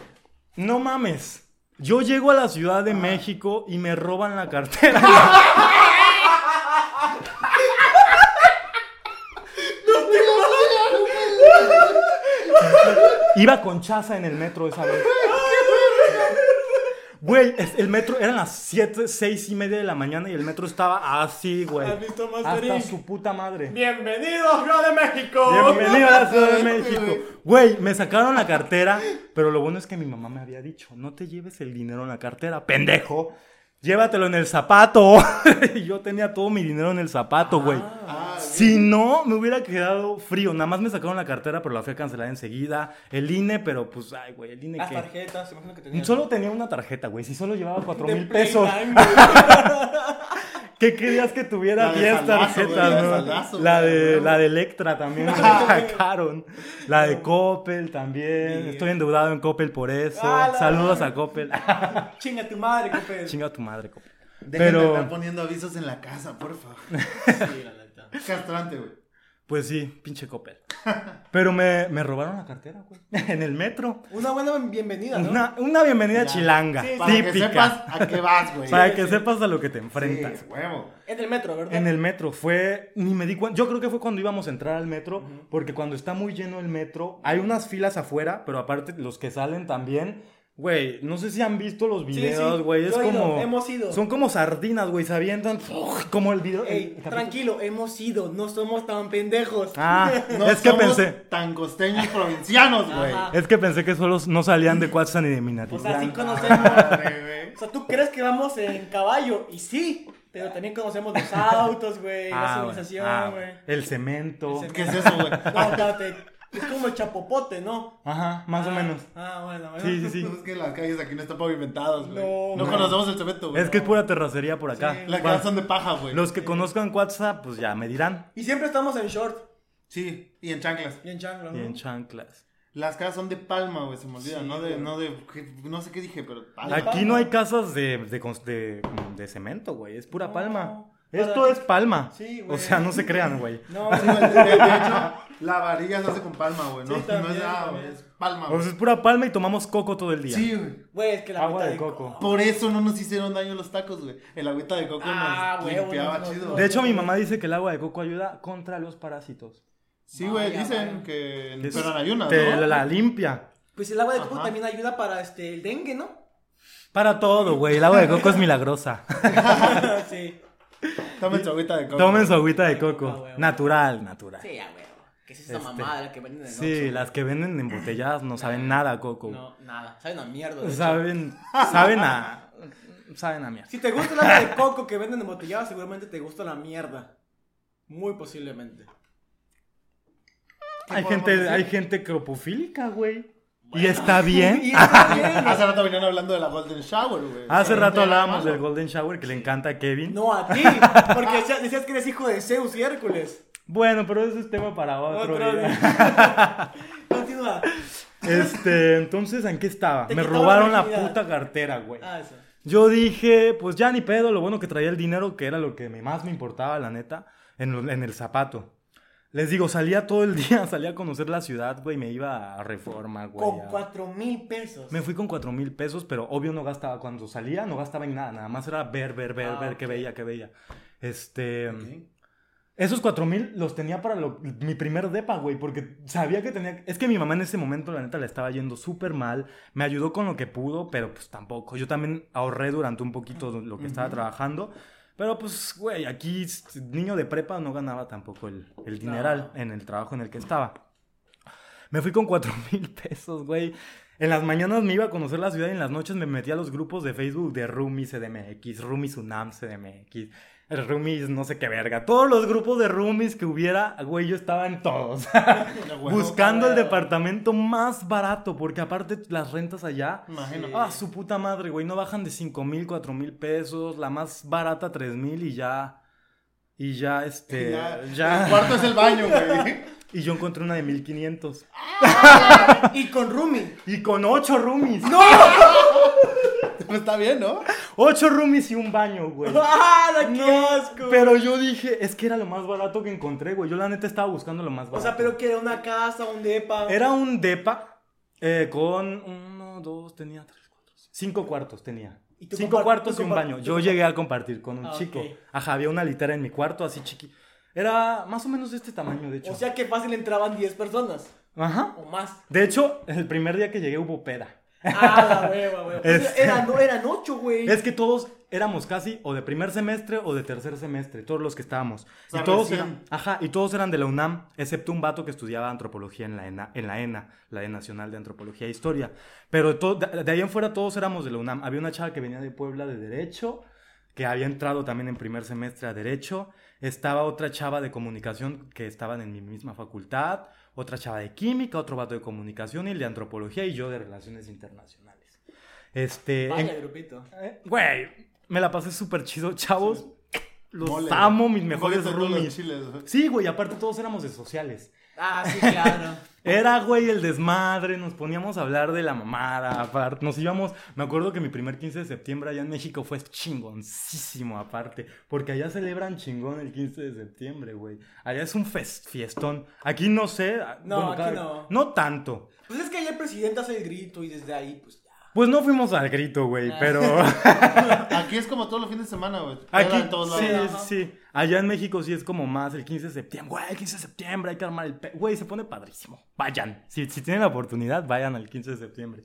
no mames. Yo llego a la Ciudad de México y me roban la cartera. Iba con chaza en el metro esa vez. Güey, es- el metro eran las 7, 6 y media de la mañana y el metro estaba así, güey.
¿Has visto más
Hasta
Eric?
su puta madre.
Bienvenidos, Ciudad de México.
Bienvenido a la Ciudad de
Ay,
México.
güey.
Güey, me sacaron la cartera, pero lo bueno es que mi mamá me había dicho, no te lleves el dinero en la cartera, pendejo. Llévatelo en el zapato. Y yo tenía todo mi dinero en el zapato, güey.
Ah,
Si no, me hubiera quedado frío. Nada más me sacaron la cartera, pero la fui a cancelar enseguida. El INE, pero pues, ay, güey, el INE
Las
que...
tarjetas, imagino que tenías.
Solo tenía una tarjeta, güey. Si solo llevaba cuatro
De
mil pesos.
Playtime, güey.
¿Qué querías que tuviera
La de
10
Salazo, güey,
tarjetas?
la de
no?
Salazo,
la,
güey,
de,
huevo.
la de Electra también me la sacaron. La de Coppel también.
Sí.
Estoy endeudado en Coppel por eso.
Ah, la
Saludos
verga.
a Coppel.
Chinga tu madre, Copel.
Chinga a tu madre, Coppel.
Dejen de
Pero-
estar poniendo avisos en la casa, por favor.
Sí, la neta.
Castrante, güey.
Pues sí, pinche Coppel. Pero me, me robaron la cartera, güey. En el metro.
Una buena bienvenida, ¿no?
Una, una bienvenida
Ya.
chilanga,
Sí, sí.
Para que
típica.
sepas a qué vas, güey.
para que sepas a lo que te enfrentas.
Sí, huevo.
En el metro, ¿verdad?
En el metro fue, ni me di cuenta, yo creo que fue cuando íbamos a entrar al metro, porque cuando está muy lleno el metro, hay unas filas afuera, pero aparte los que salen también, güey, no sé si han visto los
sí.
videos, güey, es
Yo he ido,
como...
hemos ido.
Son como sardinas, güey, se avientan, ¡fuj! como el video... el
Ey,
capítulo-
tranquilo, hemos ido, no somos tan pendejos.
Ah,
No
es que
somos
pensé,
Tan costeños provincianos, güey.
Ajá.
es que pensé que solo no salían de Cuatza ni de Minatitlán.
O sea, sí conocemos.
Madre, güey.
O sea, tú crees que vamos en caballo, y sí, pero también conocemos los autos, güey,
Ah,
la
güey, ah,
civilización, güey.
el cemento.
El
¿Qué es eso, güey?
No, espérate, es como el chapopote, ¿no?
Ajá, más o
Ah,
menos.
Ah, bueno, bueno.
Sí, sí, sí.
Es que las calles aquí no están pavimentadas, güey.
No,
No,
güey.
conocemos el cemento, güey.
Es que es pura terracería por acá.
Sí.
Las
Bueno,
casas son de paja, güey.
los que conozcan Cuatza, pues ya me dirán.
Y siempre estamos en short
Sí, y en chanclas.
y en chancla, ¿no?
Y en chanclas.
Las casas son de palma, güey, se me olvida.
Sí,
no, de,
güey.
no de. que- No sé qué dije, pero. palma.
Ay,
Aquí
palma.
no hay casas de, de, cons- de- de cemento, güey. Es pura
No.
palma.
Para-
Esto es palma.
Sí, güey.
o sea, no se crean, güey.
No,
Sí, güey, de, de hecho, la varilla se hace con palma, güey. No,
Sí, también,
no es nada, güey.
también.
Es palma,
O
güey.
sea, es pura palma y tomamos coco todo el día.
Sí, güey.
güey, es que la
Agua
mitad
de coco.
Por eso no nos hicieron daño los tacos, güey. El agüita de coco
Ah,
nos
güey,
limpiaba
no, no,
chido.
no.
De hecho, mi mamá dice que el agua de coco ayuda contra los parásitos.
sí, güey,
Vaya,
dicen
vaya.
que.
Es-
pero en ayunas,
Te
¿no?
la, la limpia.
Pues el agua de coco
Ajá.
también ayuda para este, el dengue, ¿no?
Para todo, güey. El agua de coco es milagrosa.
sí.
Tomen su agüita de coco.
Tomen su agüita de
Ah,
coco.
güey, güey.
Natural, natural.
Sí, ya, güey. ¿Qué es esa
Este.
mamada la que venden en el
Sí,
Oxxo?
las que venden embotelladas no saben nada a coco.
No, nada. Saben a mierda. de hecho.
Saben, saben a... Saben a mierda.
Si te gusta el agua de coco que venden embotellada, seguramente te gusta la mierda. Muy posiblemente.
Hay
podemos
gente,
decir?
hay gente cropofílica, güey. Y está bien.
Y está bien.
Ah,
Hace rato venían hablando de la Golden Shower, güey.
Hace
Pero no
rato
tiene nada
hablábamos
malo.
del Golden Shower que le encanta a Kevin.
No a ti, porque decías- decías que eres hijo de Zeus y Hércules.
Bueno, pero ese es tema para otro,
Otro
día.
día. Continúa.
Este, entonces, ¿en qué estaba?
Te
Me
quitaba
robaron
la
la
virginidad.
puta cartera, güey.
Ah, eso.
Yo dije, pues ya ni pedo, lo bueno que traía el dinero, que era lo que me- más me importaba, la neta, en, lo- en el zapato. Les digo, salía todo el día, salía a conocer la ciudad, güey, me iba a reforma, güey.
Con
a-
cuatro mil pesos.
Me fui con cuatro mil pesos, pero obvio no gastaba. Cuando salía, no gastaba en nada. Nada más era ver, ver, ver,
Ah,
ver
ok.
qué veía, qué veía. Este. Esos cuatro mil los tenía para lo- mi primer depa, güey, porque sabía que tenía... Es que mi mamá en ese momento, la neta, le estaba yendo súper mal, me ayudó con lo que pudo, pero pues tampoco. Yo también ahorré durante un poquito lo que estaba trabajando, pero pues, güey, aquí s- niño de prepa no ganaba tampoco el, el dineral en el trabajo en el que estaba. Me fui con cuatro mil pesos, güey. En las mañanas me iba a conocer la ciudad y en las noches me metía a los grupos de Facebook de Rumi CDMX, Rumi Sunam CDMX, Rumis no sé qué verga. Todos los grupos de Rumis que hubiera, güey, yo estaba en todos.
De huevo.
Buscando el
güey.
departamento más barato, porque aparte las rentas allá...
Imagino.
Sí.
Ah, su puta madre, güey. No bajan de 5 mil, 4 mil pesos. La más barata, 3 mil y ya... Y ya, este...
Ya,
ya.
El cuarto es el baño, güey.
Y yo encontré una de 1500.
Y con Rumi.
Y con 8 Rumis.
Pues está bien, ¿no?
Ocho roomies y un baño, güey.
¡Ah, qué asco!
Pero yo dije, es que era lo más barato que encontré, güey. Yo la neta estaba buscando lo más barato.
O sea, pero que era una casa, un depa.
Era un depa eh, con uno, dos, tenía tres, cuatro, cinco, cinco cuartos tenía.
¿Y tú
Cinco
compar-
cuartos
tú
y un
compar-
baño.
tú
Yo
compar-
llegué a compartir con un
Ah,
chico.
ok.
Ajá, había una litera en mi cuarto así chiqui. Era más o menos de este tamaño, de hecho.
O sea que fácil entraban 10 personas
Ajá.
o más.
De hecho, el primer día que llegué hubo peda.
Ah, la hueva, hueva. Pues
Este-
Eran, no, eran ocho, güey.
Es que todos éramos casi o de primer semestre o de tercer semestre, todos los que estábamos.
O sea,
y todos
recién.
eran, ajá, y todos eran de la UNAM, excepto un vato que estudiaba antropología en la ENA, en la ENA, la ENA Nacional de Antropología e Historia. Pero to- de, de ahí en fuera todos éramos de la UNAM. Había una chava que venía de Puebla de derecho, que había entrado también en primer semestre a derecho. Estaba otra chava de comunicación que estaban en mi misma facultad, otra chava de química, otro vato de comunicación y el de antropología y yo de relaciones internacionales. Este, en-
Vaya grupito.
eh, Güey, me la pasé súper chido, chavos. Los
Mole,
amo,
güey.
mis mejores
Mole de todos los
roomies.
chiles, güey.
Sí, güey, aparte todos éramos de sociales.
Ah, sí, claro.
Era, güey, el desmadre, nos poníamos a hablar de la mamada, aparte, nos íbamos, me acuerdo que mi primer 15 de septiembre allá en México fue chingoncísimo, aparte, porque allá celebran chingón el 15 de septiembre, güey, allá es un fest- fiestón, aquí no sé,
No, aquí
cada-
no.
no tanto,
Pues es que ahí el presidente hace el grito y desde ahí, pues ya.
pues no fuimos al grito, güey,
Ah.
pero...
Aquí es como todos los fines de semana, güey.
Aquí,
Pedan todos
sí,
lados.
Ajá.
sí. Allá en México sí es como más el 15 de septiembre. Güey, el 15 de septiembre hay que armar el... pe- Güey, se pone padrísimo. Vayan. Si, si tienen la oportunidad, vayan al 15 de septiembre.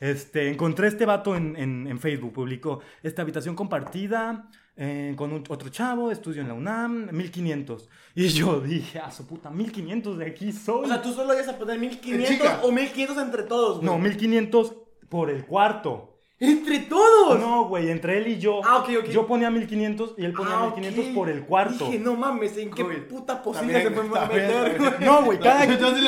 Este, encontré este vato en, en- en Facebook. Publicó esta habitación compartida eh, con un- otro chavo, estudio en la UNAM, 1500. Y yo dije, a su puta, 1500 de aquí soy.
O sea, tú solo ibas a poner
Chica.
1500 o 1500 entre todos, güey.
no, 1500 por el cuarto.
¡Entre todos!
No, güey, entre él y yo.
Ah, ok, ok.
Yo ponía 1500 y él ponía
Ah,
1500
ok.
por el cuarto.
Dije, no mames, ¿en qué
Güey,
puta
bien,
posibilidad se puede
está bien,
meter,
güey.
güey?
No, güey, cada,
Yo sí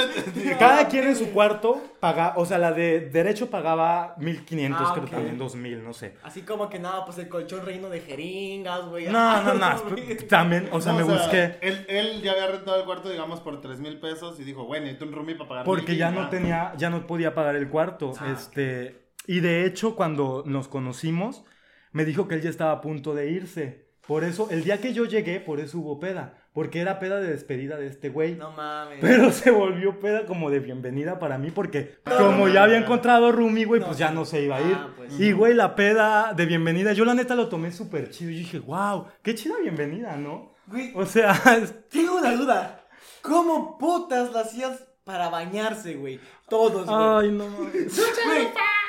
le-
cada quien en su cuarto pagaba, o sea, la de derecho pagaba 1500,
Ah,
creo
ok.
también 2000, no sé.
Así como que nada, pues el colchón reino de jeringas, güey.
No, no, no,
güey.
también, o sea,
No,
me busqué
Él, él ya había rentado el cuarto, digamos, por 3 mil pesos y dijo, bueno, necesito un roomie para pagar.
porque
mil,
ya
y
no tenía, ya no podía pagar el cuarto,
Ah, ok.
este, y de hecho cuando nos conocimos me dijo que él ya estaba a punto de irse. Por eso, el día que yo llegué, por eso hubo peda, porque era peda de despedida de este güey.
No mames.
Pero se volvió peda como de bienvenida para mí porque
No,
como
no,
ya
no,
había
no.
encontrado Rumi, güey,
No,
pues
sí.
ya no se iba a ir.
Ah, pues.
y, güey, la peda de bienvenida, yo la neta lo tomé súper chido. Yo dije, wow, qué chida bienvenida, ¿no?
Güey,
O sea, es-
tengo una duda. ¿Cómo putas la hacías para bañarse, güey? Todos, güey.
ay, no. mames.
Güey,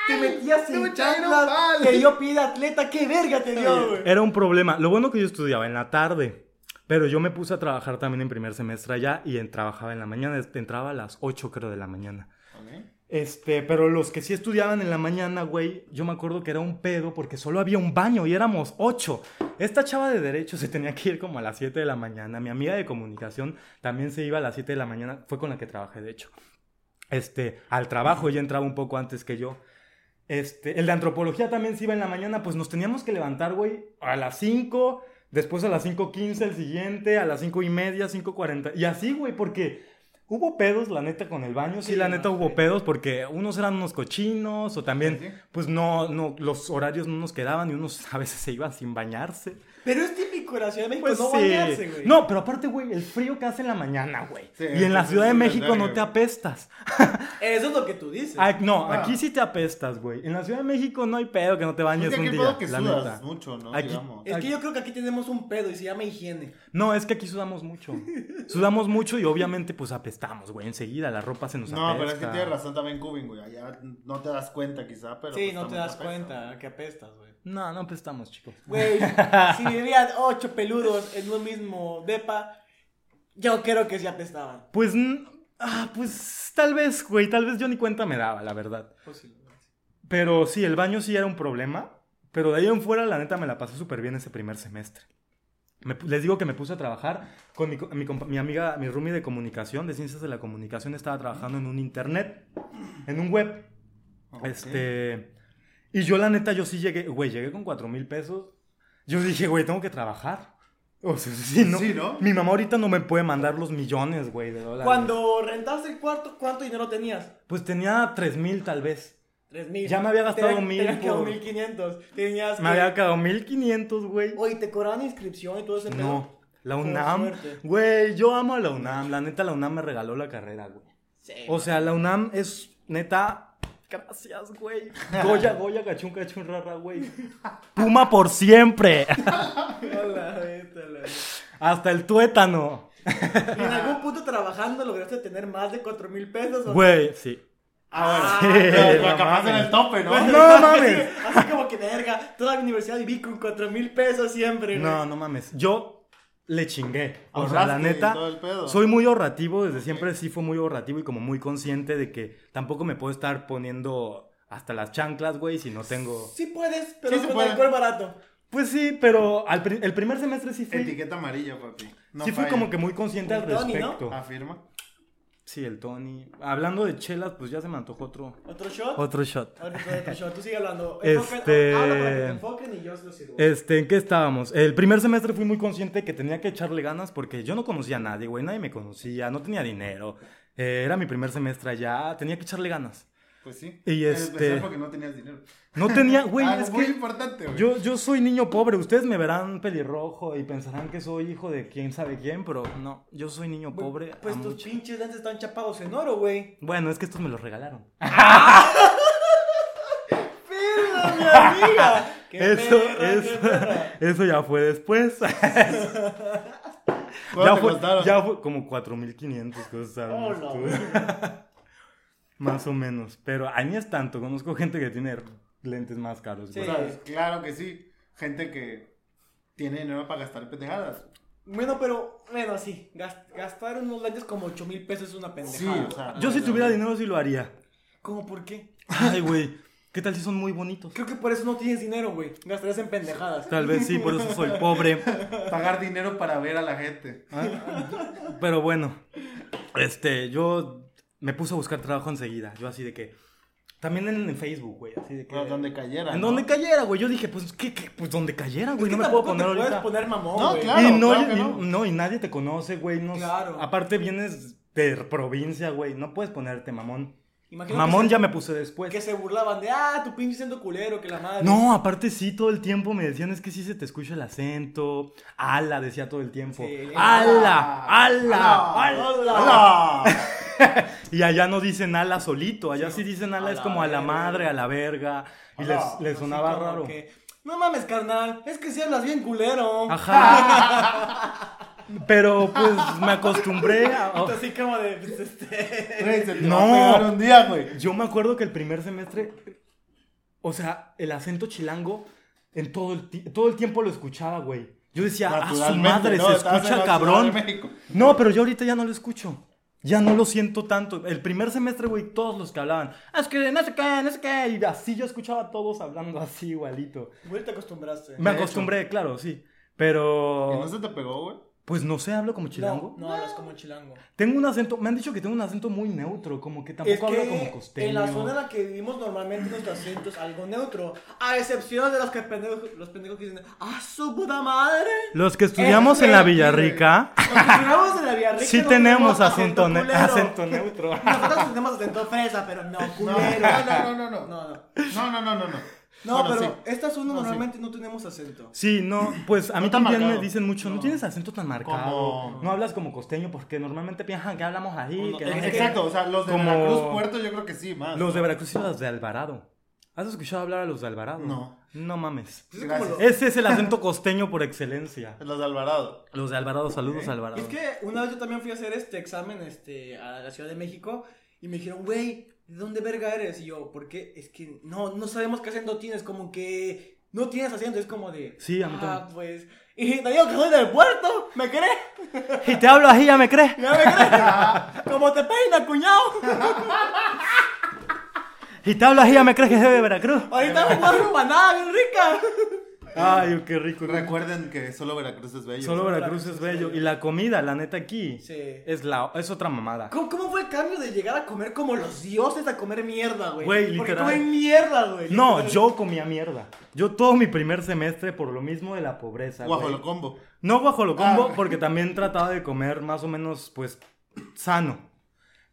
te metías en
Lucha
chanclas
grupal.
que yo pide atleta. ¡Qué verga te dio, güey!
Era un problema. Lo bueno que yo estudiaba en la tarde. Pero yo me puse a trabajar también en primer semestre allá y en- trabajaba en la mañana. Este, Entraba a las 8, creo, de la mañana.
Ok.
Este, pero los que sí estudiaban en la mañana, güey, yo me acuerdo que era un pedo porque solo había un baño y éramos ocho. Esta chava de derecho se tenía que ir como a las 7 de la mañana. Mi amiga de comunicación también se iba a las 7 de la mañana. Fue con la que trabajé, de hecho. Este, al trabajo, ella entraba un poco antes que yo. Este, el de antropología también se iba en la mañana, pues nos teníamos que levantar, güey, a las 5, después a las 5.15 el siguiente, a las 5 y media, 5.40. Y así, güey, porque hubo pedos, la neta, con el baño. Sí,
Sí,
la
no,
neta hubo
güey.
pedos porque unos eran unos cochinos o también,
Sí, sí.
pues no, no, los horarios no nos quedaban y unos a veces se iban sin bañarse.
Pero es típico de la Ciudad de México
Pues
no
sí.
bañarse, güey.
No, pero aparte, güey, el frío que hace en la mañana, güey.
Sí,
y en la
sí,
Ciudad
sí,
de
sí,
México
verdad,
no
güey.
te apestas.
Eso es lo que tú dices.
Ah, no,
Ah.
aquí sí te apestas, güey. En la Ciudad de México no hay pedo que no te bañes
Es Pues que
un
aquí el
día.
pedo que
la
sudas
neta.
mucho, ¿no?
Aquí-
Digamos.
es que yo creo que aquí tenemos un pedo y se llama higiene.
No, es que aquí sudamos mucho. sudamos mucho y obviamente pues apestamos, güey. Enseguida la ropa se nos
No,
apesta.
pero es que tienes razón también, Cubin, güey. Allá no te das cuenta, quizá, pero.
sí,
pues,
no te
también
das
apesta.
cuenta que apestas, güey.
No, no apestamos, chicos.
Güey, si vivían ocho peludos en un mismo depa, yo creo que sí apestaban.
Pues, mm, ah, pues tal vez, güey, tal vez yo ni cuenta me daba, la verdad.
Posiblemente.
Pero sí, el baño sí era un problema. Pero de ahí en fuera, la neta, me la pasé súper bien ese primer semestre. Me pu- les digo que me puse a trabajar con mi, co- mi, compa- mi amiga, mi roomie de comunicación, de ciencias de la comunicación, estaba trabajando en un internet, en un web.
Ok.
Este. Y yo, la neta, yo sí llegué, güey, llegué con cuatro mil pesos. Yo dije, güey, tengo que trabajar. O sea, sí, ¿no?
Sí, ¿no?
Mi mamá ahorita no me puede mandar los millones, güey, de dólares.
Cuando rentaste el cuarto, ¿cuánto dinero tenías?
Pues tenía tres mil, tal vez.
Tres mil.
Ya me había gastado
Te-
mil
Te había quedado
por-
mil quinientos. Tenías.
Me
que-
había quedado mil quinientos, güey.
Oye, ¿te cobraban inscripción y todo ese pedo?
No, la
Por
UNAM.
suerte.
Güey, yo amo a la UNAM. La neta, la UNAM me regaló la carrera, güey.
Sí.
O sea, la UNAM es neta. Gracias, güey. Goya, Goya, cachún, cachún, rara, güey. Puma por siempre.
Hola, vete a la verga.
Hasta el tuétano.
¿Y en algún punto trabajando lograste tener más de cuatro mil pesos? o-
Güey, sí.
Ah,
Sí,
bueno. Pero
no
capaz en
mames.
el tope, ¿no?
Güey,
No mames.
Así como que verga, toda mi universidad viví con cuatro mil pesos siempre, güey.
No, no mames. Yo le chingué. O sea,
Ahorraste
la
y
neta,
todo el pedo.
soy muy ahorrativo. Desde siempre sí fue muy ahorrativo y como muy consciente de que tampoco me puedo estar poniendo hasta las chanclas, güey, si no tengo.
Sí puedes, pero
Sí se
con
puede.
alcohol barato.
Pues sí, pero al pri- el primer semestre sí fui.
Etiqueta amarilla, papi. No
sí fui
falla.
como que muy consciente al
El Tony, ¿no?
respecto.
Afirma.
Sí, el Tony. Hablando de chelas, pues ya se me antojó otro.
¿Otro shot?
Otro shot.
Ahorita te doy otro shot, tú sigue hablando.
Este-
Enfoca- Habla para que te enfoquen y yo os lo sirvo.
Este, ¿en qué estábamos? El primer semestre fui muy consciente que tenía que echarle ganas porque yo no conocía a nadie, güey. Nadie me conocía, no tenía dinero. Eh, era mi primer semestre allá, tenía que echarle ganas.
Pues sí.
Y
En
este-
especial porque no tenías dinero.
No tenía, güey,
Ah,
Algo
es
Ah, muy
que
importante, güey.
yo, yo soy niño pobre. Ustedes me verán pelirrojo y pensarán que soy hijo de quién sabe quién, pero no, yo soy niño pobre. a
Pues tus
mucho.
pinches lentes están chapados en oro, güey.
Bueno, es que estos me los regalaron.
¡Perra, mi amiga! ¡Qué
eso,
perra, qué
eso,
perra!
eso ya fue después.
¿Cuánto
ya,
te
fue,
costaron?
ya fue como 4500 cosas. ¿sabes
Hola,
tú?
güey.
Más o menos. Pero a mí es tanto. Conozco gente que tiene lentes más caros.
Sí.
güey.
O sea, claro que sí. Gente que tiene dinero para gastar en pendejadas.
Bueno, pero, bueno, sí. gas- Gastar unos lentes como 8 mil pesos es una
Sí,
pendejada.
o sea.
Yo si tuviera dinero sí lo haría.
¿Cómo por qué?
Ay, güey. ¿Qué tal si son muy bonitos?
Creo que por eso no tienes dinero, güey. Gastarías en pendejadas.
Tal vez sí, por eso soy pobre.
Pagar dinero para ver a la gente.
Ah. Pero bueno, este, yo me puse a buscar trabajo enseguida. Yo así de que. También en, en Facebook, güey. Así de que.
Pero donde cayera.
En
¿no?
donde cayera, güey. Yo dije, pues, ¿qué, qué? Pues donde cayera,
Es
güey.
que
No me
tampoco
puedo poner
te puedes
ahorita.
poner mamón,
No,
güey.
claro.
y no,
que
y-
no.
no, y nadie te conoce, güey. No,
Claro.
Aparte vienes de provincia, güey. No puedes ponerte mamón.
Imagino
mamón
que se-
ya me puse después.
Que se burlaban de, ah, tu pinche siendo culero, que la madre.
No, aparte sí, todo el tiempo me decían, es que sí se te escucha el acento. Ala, decía todo el tiempo.
Sí.
Ala, ala,
Ala,
ala.
ala.
Y allá no dicen ala solito, allá sí, dicen ala,
a
es
la
como a la
verga.
madre, a la verga. Y
Ala.
les, les
Así
sonaba
como
raro.
que, no mames, carnal. Es que si hablas bien culero.
Ajá. Pero pues me acostumbré a...
Así como de, pues, este.
Güey, se te
No.
va a pegar un día, güey.
Yo me acuerdo que el primer semestre, o sea, el acento chilango, en todo el, ti- todo el tiempo lo escuchaba, güey. Yo decía, a su
Naturalmente,
madre,
¿no?
se
Estabas en la
escucha
Ciudad
cabrón.
de México.
No, pero yo ahorita ya no lo escucho. Ya no lo siento tanto. El primer semestre, güey, todos los que hablaban, "Ah, es que no sé qué, no sé qué. Y así yo escuchaba a todos hablando así igualito.
Güey, te acostumbraste.
Me
De hecho.
acostumbré, claro, sí.
¿Y
Pero.
no se te pegó, güey?
Pues no sé, hablo como chilango.
No, no hablas como chilango.
Tengo un acento, me han dicho que tengo un acento muy neutro, como que tampoco
Es que
hablo como costeño.
en la zona en la que vivimos normalmente nuestro acento es algo neutro. A excepción de los que pendejos, los pendejos que dicen, ¡ah, su puta madre!
Los que estudiamos
Este,
en la
güey.
Villarrica,
Los que estudiamos en la Vía Rica
sí
no
tenemos acento, ne-
culero.
acento neutro.
Nosotros tenemos acento fresa, pero no
No,
culero.
no, no, no, no.
No, no.
No, no, no, no. No,
No,
Bueno,
pero
sí.
esta zona
No, sí.
normalmente no tenemos acento.
Sí, no, pues a mí
No tan
también me
marcado.
dicen mucho, no,
No.
tienes acento tan marcado,
Como-
no hablas como costeño, porque normalmente piensan que hablamos ahí,
Uno-
que no sé qué.
Exacto, o sea, los de
Como-
Veracruz, Puerto, yo creo que sí, más.
Los de Veracruz y los de Alvarado. ¿Has escuchado hablar a los de Alvarado?
No.
No mames.
Es como lo-
Ese es el acento costeño por excelencia.
Los de Alvarado.
Los de Alvarado, saludos
Ok.
Alvarado.
Es que una vez yo también fui a hacer este examen este, a la Ciudad de México y me dijeron, güey, ¿de dónde verga eres? Y yo, ¿por qué? Es que no, no sabemos qué acento tienes, como que no tienes acento, es como de...
Sí, a mí
Ah,
también.
pues... Y te digo que soy del puerto, ¿me crees?
Y te hablo así, ¿ya me crees?
¿Ya me crees? como te peina, cuñado.
Y te hablo así, ¿ya me crees que soy de Veracruz?
Ahorita me voy a empanada bien rica.
Ay, qué rico.
Recuerden que solo Veracruz es bello.
Solo Veracruz es bello. Y la comida, la neta, aquí
Sí.
es, la, es otra mamada.
¿Cómo, cómo fue el cambio de llegar a comer como los dioses a comer mierda, güey?
Güey,
Porque
literal.
comen mierda, güey.
No, yo comía mierda. Yo todo mi primer semestre por lo mismo de la pobreza. güey.
Guajolo combo.
No guajolocombo
Ah.
porque también trataba de comer más o menos, pues, sano.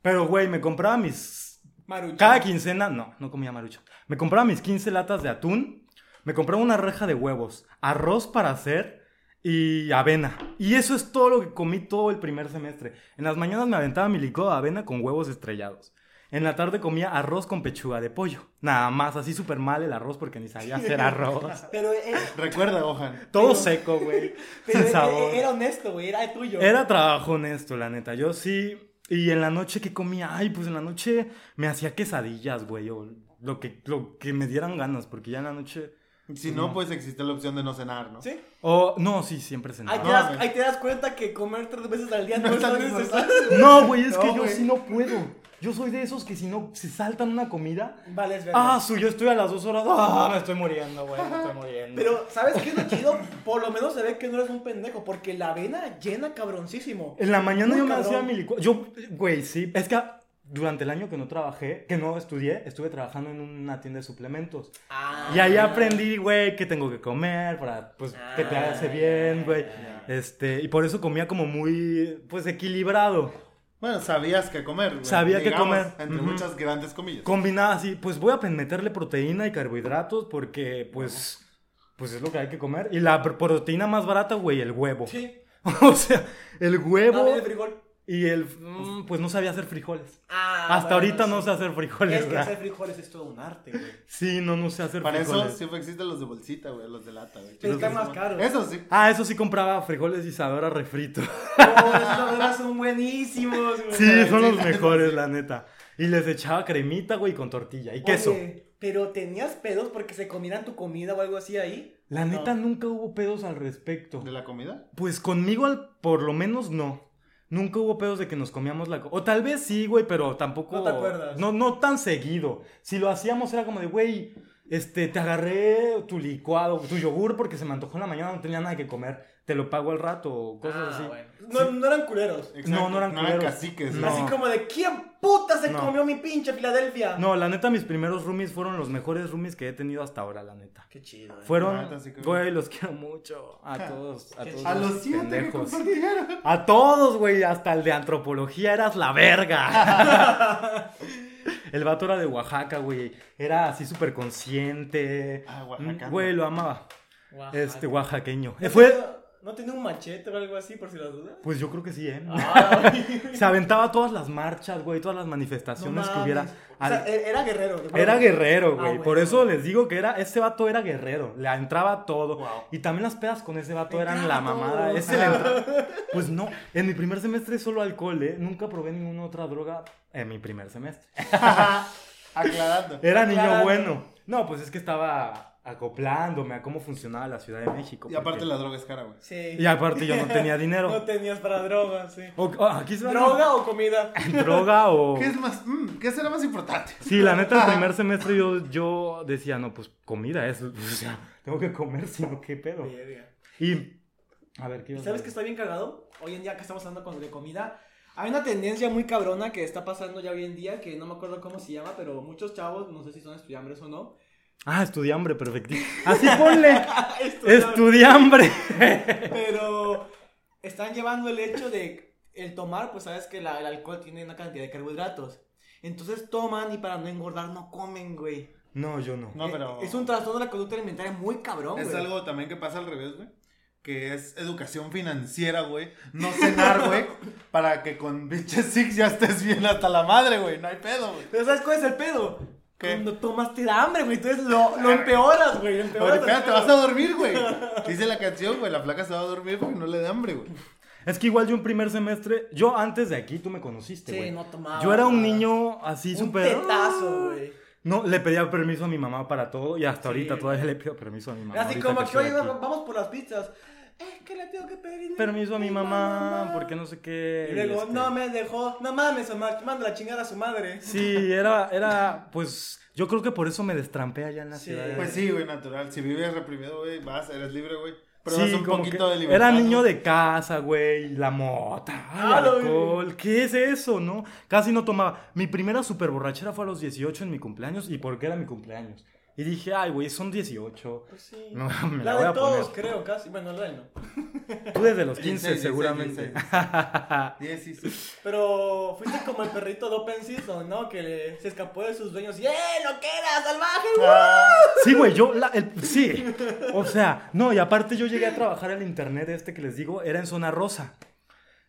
Pero, güey, me compraba mis...
Maruchan.
Cada quincena, no, no comía marucha. Me compraba mis 15 latas de atún, me compraba una reja de huevos, arroz para hacer y avena. Y eso es todo lo que comí todo el primer semestre. En las mañanas me aventaba mi licuado de avena con huevos estrellados. En la tarde comía arroz con pechuga de pollo. Nada más, así súper mal el arroz porque ni sabía hacer arroz.
Pero es...
Recuerda, Ojan.
Todo seco, güey.
Pero
sin
e-
sabor.
e- era honesto, güey, era tuyo.
Era trabajo honesto, la neta. Yo sí. Y en la noche que comía, ay, pues en la noche me hacía quesadillas, güey, o lo que, lo que me dieran ganas, porque ya en la noche.
Si no, pues existe la opción de no cenar, ¿no?
¿Sí?
O, no, sí, siempre
Ahí,
cenaba.
te das,
mames.
ahí te das cuenta que comer tres veces al día no,
No
es
es tan
tan necesario.
importante.
No, güey, es
No,
que yo
güey.
sí no puedo. Yo soy de esos que si no se saltan una comida.
Vale, es verdad.
Ah, su, yo estoy a las dos horas. Ah, me estoy muriendo, güey, me estoy muriendo.
Pero, ¿sabes qué es lo chido? Por lo menos se ve que no eres un pendejo, porque la avena llena cabroncísimo.
En la mañana
Muy
yo me
cabrón.
hacía mi licuado. Yo, güey, sí. Es que durante el año que no trabajé, que no estudié, estuve trabajando en una tienda de suplementos.
Ah.
Y ahí aprendí, güey, que tengo que comer para, pues, que te
Ah,
hace bien, güey. Este, y por eso comía como muy, pues, equilibrado.
Bueno, sabías que comer. güey.
Sabía qué
Digamos,
comer.
Entre
Ujú.
muchas grandes comillas.
Combinada así, pues voy a pen- meterle proteína y carbohidratos porque, pues, pues es lo que hay que comer. Y la pr- proteína más barata, güey, el huevo.
Sí.
O sea, el huevo
También el frijol.
y el... mm, Pues no sabía hacer frijoles.
Ah, bueno,
Hasta ahorita
sí.
no sé hacer frijoles.
Es que
¿verdad?
hacer frijoles es todo un arte, güey.
Sí, no, no sé hacer
Para eso
frijoles.
siempre existen los de bolsita, güey, los de lata, güey.
Pero están
Esos
más
son-
caros.
Eso sí.
Ah, eso sí compraba frijoles y sabor a refrito.
Oh, esos verdad son buenísimos, güey.
Sí, son los
sí.
mejores, la neta. Y les echaba cremita, güey, con tortilla y queso.
Oye, pero tenías pedos porque se comieran tu comida o algo así ahí.
La neta nunca hubo pedos al respecto.
¿De la comida?
Pues conmigo al, por lo menos no. Nunca hubo pedos de que nos comíamos la... co- O tal vez sí, güey, pero tampoco...
No te acuerdas.
No, no tan seguido. Si lo hacíamos era como de, güey, este, te agarré tu licuado, tu yogur porque se me antojó en la mañana, no tenía nada que comer. Te lo pago al rato o cosas
Ah,
así.
bueno. No, no eran culeros.
Exacto,
no eran
No eran
culeros.
caciques,
No.
güey.
Así como de ¿quién puta se
No.
comió mi pinche Filadelfia?
No, la neta, mis primeros roomies fueron los mejores roomies que he tenido hasta ahora, la neta.
Qué chido. eh.
Fueron,
La neta, Ah, sí que-
güey, los quiero mucho. A todos, a todos.
A los siete que
pendejos.
compartieron.
A todos, güey, hasta el de antropología eras la verga. el vato era de Oaxaca, güey. Era así súper consciente.
Ah, oaxacano.
Mm, Güey, lo amaba.
Oaxaca.
Este, oaxaqueño.
¿No
Fue,
tenía- ¿No tenía un machete o algo así por si las dudas?
pues yo creo que sí, ¿eh?
Ah,
Se aventaba todas las marchas, güey, todas las manifestaciones que
mames.
hubiera.
O sea, e- era guerrero. de
Era
verdad.
guerrero,
Ah,
güey.
bueno.
Por eso les digo que era, ese vato era guerrero. Le entraba todo.
Wow.
Y también las pedas con ese vato
Le
eran la
entraba
mamada.
todo.
Ese le entra- Pues no, en mi primer semestre solo alcohol, ¿eh? Nunca probé ninguna otra droga en mi primer semestre.
Aclarando.
Era niño
Claro.
bueno. No, pues es que estaba acoplándome a cómo funcionaba la Ciudad de México.
Y aparte
porque-
la droga es cara, güey.
Sí.
Y aparte yo no tenía
No
dinero.
tenías para drogas, sí.
O- oh, aquí se
¿Droga o comida?
Droga o...
¿Qué es más? mm, ¿Qué será más importante?
Oh. Sí, la neta, el primer semestre yo, yo decía, no, pues comida es, o sea, tengo que comer, sino qué pedo.
Verga.
Y, a ver, ¿qué
¿Y
ibas a
¿Sabes que
decir?
está bien cagado? Hoy en día que estamos hablando con- de comida, hay una tendencia muy cabrona que está pasando ya hoy en día, que no me acuerdo cómo se llama, pero muchos chavos, no sé si son estudiambres o no.
Ah, estudiambre, perfectito. Así ponle,
estudiambres,
estudiambre.
Pero están llevando el hecho de el tomar, pues sabes que la- el alcohol tiene una cantidad de carbohidratos. Entonces toman y para no engordar no comen, güey. Eh,
No, yo no.
No, pero.
Es un trastorno de la conducta alimentaria muy cabrón,
Es
güey.
algo también que pasa al revés, güey. Que es educación financiera, güey. No cenar, güey. para que con pinche six ya estés bien hasta la madre, güey. No hay pedo, güey.
Pero ¿sabes cuál es el pedo?
¿Qué?
Cuando tomas te da hambre, güey. Entonces lo, lo empeoras, güey. lo empeoras el
Ahorita te
pedo.
vas a dormir, güey. Dice la canción, güey. La flaca se va a dormir porque no le da hambre, güey.
Es que igual yo en primer semestre, yo antes de aquí tú me conociste,
Sí,
güey.
no tomaba
Yo era un
nada.
niño así
un
súper... "Ah".
tetazo, güey.
No, le pedía permiso a mi mamá para todo y hasta
Sí.
ahorita todavía le pido permiso a mi mamá.
Así
ahorita
como que,
estoy
oye,
aquí.
vamos por las pizzas. Es que le tengo que pedir
Permiso a mi mamá, porque no sé qué.
Y luego,
este-
no me dejó. No mames, Omar, manda la chingada a su madre.
Sí, era, era, pues, yo creo que por eso me destrampé allá en la
Sí.
ciudad. de-
Pues sí, güey, natural. Si vives reprimido, güey, vas, eres libre, güey. Pero
Sí,
vas un
como
poquito
que
de libertad.
Era niño
güey.
de casa, güey, y la mota, ay,
Ah, lo vi.
alcohol, ¿qué es eso, no? Casi no tomaba. Mi primera super borrachera fue a los 18 en mi cumpleaños, y porque era mi cumpleaños. Y dije, ay, güey, son 18.
Pues sí.
No, me la
la,
voy a
de todos,
poner.
creo, casi. Bueno, la de él no.
Tú desde los 15,
16,
seguramente.
16, 16.
Pero fuiste como el perrito de Open Season, ¿no? Que se escapó de sus dueños. ¡Eh, lo que era, salvaje, güey!
Ah, Sí, güey, yo, la- el- sí. O sea, no, y aparte yo llegué a trabajar en el internet este que les digo, era en zona rosa.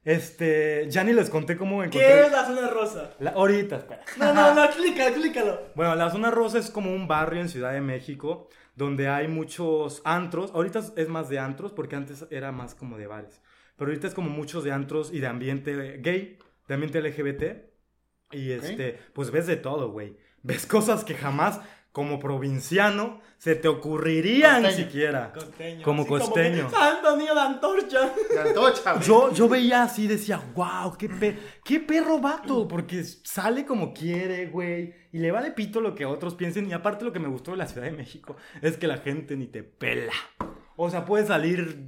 Este, ya ni les conté cómo
¿Qué
encontré.
es la zona rosa?
La- ahorita, espera.
No, no, no, explícalo, explícalo.
Bueno, la zona rosa es como un barrio en Ciudad de México donde hay muchos antros. Ahorita es más de antros porque antes era más como de bares. Pero ahorita es como muchos de antros y de ambiente gay, de ambiente LGBT. Y
Ok.
este, pues ves de todo, güey. Ves cosas que jamás como provinciano se te ocurrirían
Costeño.
siquiera.
Costeño.
Como
Así
costeño.
que, Santo niño de antorcha.
De antocha, güey.
Yo, yo veía así y decía, wow, qué, pe- qué perro vato, porque sale como quiere, güey, y le vale pito lo que otros piensen, y aparte lo que me gustó de la Ciudad de México es que la gente ni te pela. O sea, puedes salir,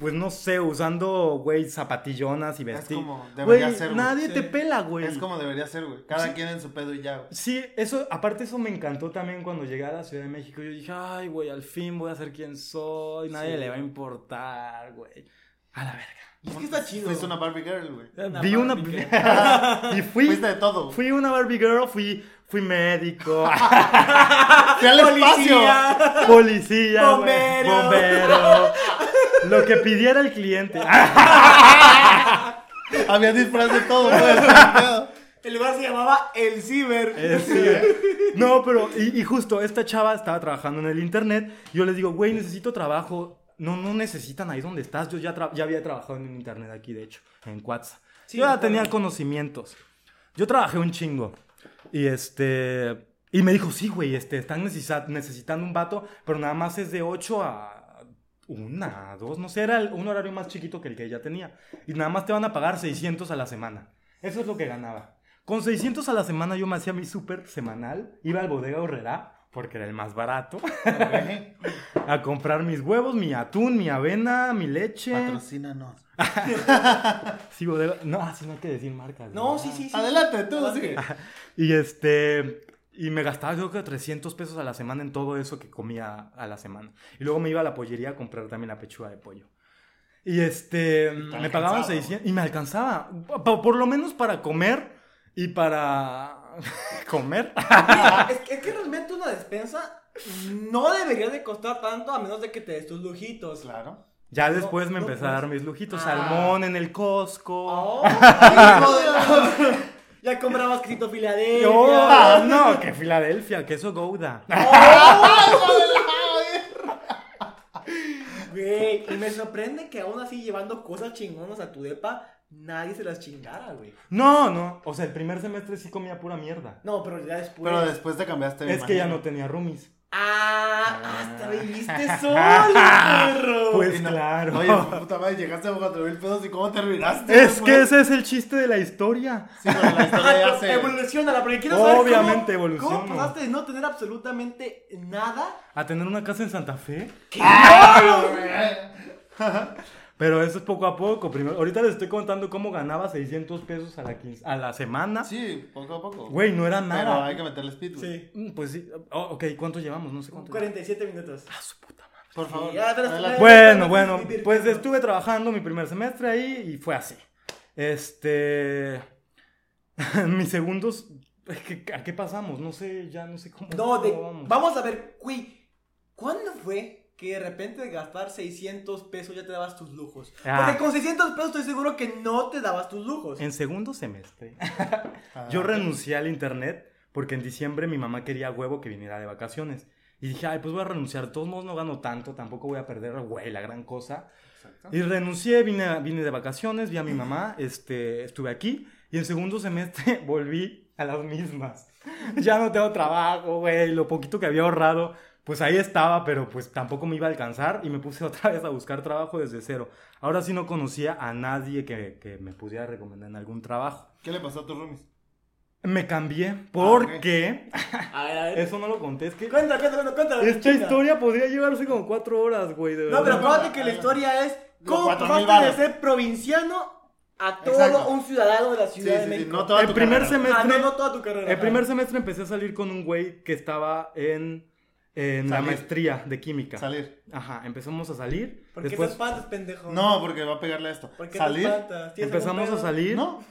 pues no sé, usando, güey, zapatillonas y vestir.
como debería
Güey,
ser, güey.
nadie
Sí.
te pela, güey.
Es como debería ser, güey. Cada
Sí.
quien en su pedo y ya, güey.
Sí, eso, aparte eso me encantó también cuando llegué a la Ciudad de México. Yo dije, ay, güey, al fin voy a ser quien soy, nadie
Sí.
le va a importar, güey. A la verga.
Y es que está chido.
Pues, Fuiste una Barbie Girl, güey.
Vi una.
Barbie
y fui.
Fuiste de todo.
Fui una Barbie Girl, fui, fui médico,
Fui al espacio.
Policía.
policía, güey,
Bombero.
bombero, Lo que pidiera el cliente. Ah,
Había disfraz de todo, güey.
El lugar se llamaba El Ciber.
Eh, sí, eh. No, pero, y, y justo, esta chava estaba trabajando en el internet. Yo les digo, güey, necesito trabajo. No, no necesitan ahí donde estás. Yo ya, tra- ya había trabajado en internet aquí, de hecho, en WhatsApp.
Sí,
yo
me
ya
acuerdo.
tenía conocimientos. Yo trabajé un chingo. Y este. Y me dijo, sí, güey, este, están necesita- necesitando un vato, pero nada más es de 8 a una, dos, no sé, era el- un horario más chiquito que el que ya tenía. Y nada más te van a pagar 600 a la semana. Eso es lo que ganaba. Con 600 a la semana yo me hacía mi súper semanal, iba al bodega horrera, porque era el más barato, a comprar mis huevos, mi atún, mi avena, mi leche.
Patrocínanos.
Sí, bodega. No, así no hay que decir marcas.
No,
¿verdad?
sí, sí, sí.
Adelante, tú,
Adelante.
sigue.
Y este. Y me gastaba creo que 300 pesos a la semana en todo eso que comía a la semana. Y luego me iba a la pollería a comprar también la pechuga de pollo. Y este. me pagaban
alcanzaba,
600. Y me alcanzaba. Pa- pa- por lo menos para comer y para. comer.
Mira, ah, es, que, es que realmente una despensa no debería de costar tanto a menos de que te des tus lujitos.
Claro.
ya después me
no,
empecé a
pues.
dar mis lujitos.
Ah.
Salmón en el Costco.
Oh, hijo de- ya comprabas quesito Filadelfia.
Oh, no, que Filadelfia, que eso Gouda.
Oh, Güey, y me sorprende que aún así llevando cosas chingonas a tu depa, nadie se las chingara, güey.
No, no. O sea, el primer semestre sí comía pura mierda.
No, pero ya después.
Pero después te cambiaste. me
Es que ya no
imagino.
tenía roomies.
Ah, hasta viviste solo, perro.
Pues
Y no-
claro.
Oye, puta madre, llegaste a 4 mil pesos y cómo terminaste.
Es
güey?
que ese es el chiste de la historia.
Sí, pero la historia ya
Ah,
se-
Evoluciona la, pero quiero saber cómo-
Obviamente
cómo,
evoluciono.
pasaste de no tener absolutamente nada.
A tener una casa en Santa Fe.
Ah,
Pero eso es poco a poco. Primero, ahorita les estoy contando cómo ganaba 600 pesos a la, quince- a la semana.
Sí, poco a poco.
Güey, no era
Pero hay
nada.
que meterle speed,
Sí.
güey.
Mm, Pues sí. Oh, ok, ¿cuánto llevamos? No sé cuánto.
47 minutos.
Ah, su puta madre.
Por favor.
Sí, ya te las-
adelante.
Bueno, bueno, pues estuve trabajando mi primer semestre ahí y fue así. Este. Mis segundos. ¿A qué pasamos? No sé, ya no sé cómo.
No, de-
cómo vamos.
vamos a ver, güey. ¿Cuándo fue que de repente de gastar 600 pesos ya te dabas tus lujos?
Ah.
Porque con 600 pesos estoy seguro que no te dabas tus lujos.
En segundo semestre.
Ah,
Yo renuncié al internet porque en diciembre mi mamá quería a huevo que viniera de vacaciones. Y dije, ay, pues voy a renunciar. De todos modos no gano tanto, tampoco voy a perder, güey, la gran cosa.
exacto.
Y renuncié, vine, a- vine de vacaciones, vi a mi mamá, este, estuve aquí. Y en segundo semestre volví a las mismas. ya no tengo trabajo, güey. Lo poquito que había ahorrado, pues ahí estaba, pero pues tampoco me iba a alcanzar. Y me puse otra vez a buscar trabajo desde cero. Ahora sí no conocía a nadie que, que me pudiera recomendar en algún trabajo.
¿Qué le pasó a tus roomies?
Me cambié porque.
A ver, a ver.
Eso no lo conté, es que.
Cuéntalo, cuéntalo, cuéntalo.
Esta
chinga.
historia podría llevarse como cuatro horas, güey, de verdad.
No, pero acuérdate que la
Los
historia es cómo
cuatro mil
pasaste de
varos.
ser provinciano a todo
Exacto.
un ciudadano de la
Sí,
Ciudad
sí,
de
sí.
México.
No toda
El
tu
primer
carrera.
Ah, no,
semestre-
no toda tu carrera.
El primer semestre empecé a salir con un güey que estaba en, en la
Salir.
maestría de química.
Salir.
Ajá, empezamos a salir.
¿Por qué te
Después
espantas, pendejo?
No, porque va a pegarle a esto.
¿Por qué
Salir.
te espantas? ¿Tienes algún
empezamos a
pedo?
salir.
No.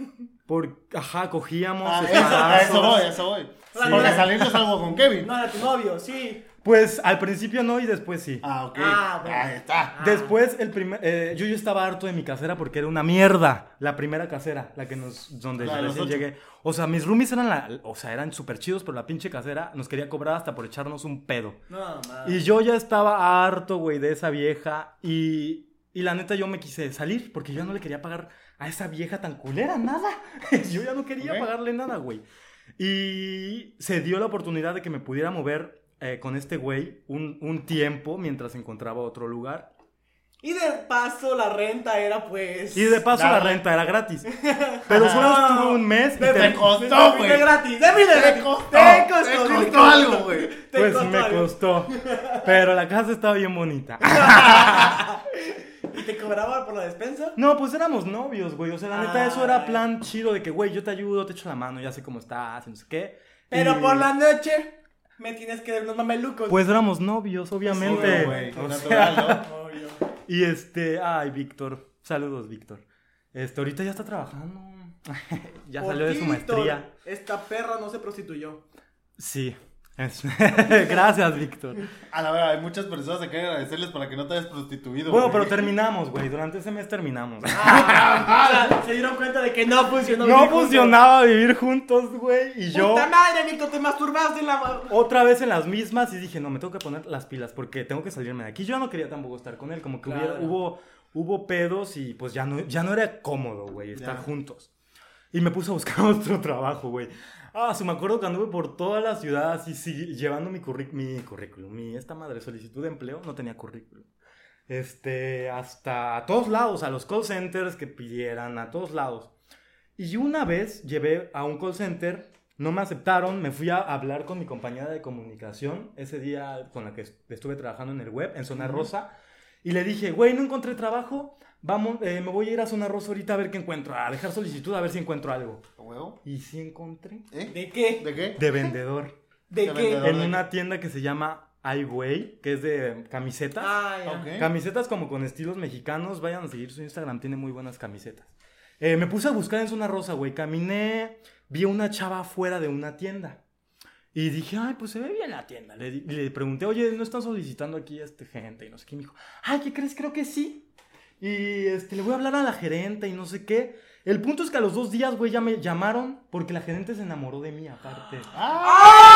Por, ajá, cogíamos.
Ah, eso, a
espadazos.
eso voy, a eso voy.
Sí.
Porque salir yo salgo con Kevin.
No, era tu novio, sí.
Pues al principio no y después sí.
Ah, ok.
Ah, bueno.
Ahí está.
Después, el primer, eh, yo, yo estaba harto de mi casera porque era una mierda. La primera casera, la que nos, donde
La de los
recién
ocho.
llegué. O sea, mis roomies eran, la, o sea, eran súper chidos, pero la pinche casera nos quería cobrar hasta por echarnos un pedo.
Ah, No, mames.
Y yo ya estaba harto, güey, de esa vieja. Y, y la neta, yo me quise salir porque yo ya no le quería pagar a esa vieja tan culera nada. yo ya no quería
Ok.
pagarle nada, güey. Y se dio la oportunidad de que me pudiera mover eh, con este güey un, un tiempo mientras encontraba otro lugar.
Y de paso la renta era pues.
Y de paso la
Dale.
renta era gratis. Pero solo
No.
estuvo un mes y
De-
te-
Te
De-
costó,
de
güey.
gratis, de mí de gratis.
Te costó.
Te
Te
costó,
costó
te
algo, güey.
Te
pues
costó
me
algo.
costó. Pero la casa estaba bien bonita.
¿Y te cobraba por la despensa?
No, pues éramos novios, güey. O sea, la neta, eso
Ah.
era plan chido de que, güey, yo te ayudo, te echo la mano, ya sé cómo estás, y no sé qué.
Pero
Y-
por la noche me tienes que dar unos mamelucos.
Pues éramos novios,
Sí,
obviamente.
güey,
O
natural,
sea,
¿no?
Obvio.
y este, ay, Víctor. Saludos, Víctor. Este, ahorita ya está trabajando. ya
Por
salió de su
ti,
maestría.
Víctor, Esta perra no se prostituyó.
Sí. Es- Gracias, Víctor.
A la verdad, hay muchas personas que quieren agradecerles para que no te hayas prostituido.
Bueno,
güey.
pero terminamos, güey. Durante ese mes terminamos.
se dieron cuenta de que no funcionó.
No
vivir juntos.
funcionaba vivir juntos, güey. Y yo
Puta madre, Víctor, te masturbaste en la.
otra vez en las mismas y dije, no, me tengo que poner las pilas porque tengo que salirme de aquí. Yo no quería tampoco estar con él, como que hubiera-
Claro.
hubo, hubo pedos y pues ya no, ya no era cómodo, güey, estar
Ya.
juntos. Y me puse a buscar otro trabajo, güey. Ah, se me acuerdo que anduve por toda la ciudad así, sí, llevando mi, curri- mi currículum, mi esta madre solicitud de empleo, no tenía currículum. Este, hasta a todos lados, a los call centers que pidieran, a todos lados. Y una vez llevé a un call center, no me aceptaron, me fui a hablar con mi compañera de comunicación ese día con la que est- estuve trabajando en el web, en Zona Rosa, y le dije, güey, no encontré trabajo, vamos, eh, me voy a ir a Zona Rosa ahorita a ver qué encuentro, a dejar solicitud a ver si encuentro algo.
¿A huevo?
Y sí encontré.
¿Eh?
¿De qué?
¿De qué?
De vendedor.
¿De
Qué
qué?
vendedor.
en una tienda que se llama iWay, que es de camisetas.
Ah, ya.
Ok.
Camisetas como con estilos mexicanos, vayan a seguir su Instagram, tiene muy buenas camisetas. Eh, me puse a buscar en Zona Rosa, güey. Caminé, vi a una chava afuera de una tienda. Y dije, ay, pues se ve bien la tienda. Le, di- le pregunté, oye, ¿no están solicitando aquí este gente? Y no sé qué. Y me dijo, ay, ¿qué crees? Creo que sí. Y este, le voy a hablar a la gerente y no sé qué. El punto es que a los dos días, güey, ya me llamaron porque la gerente se enamoró de mí, aparte. ¡Ah,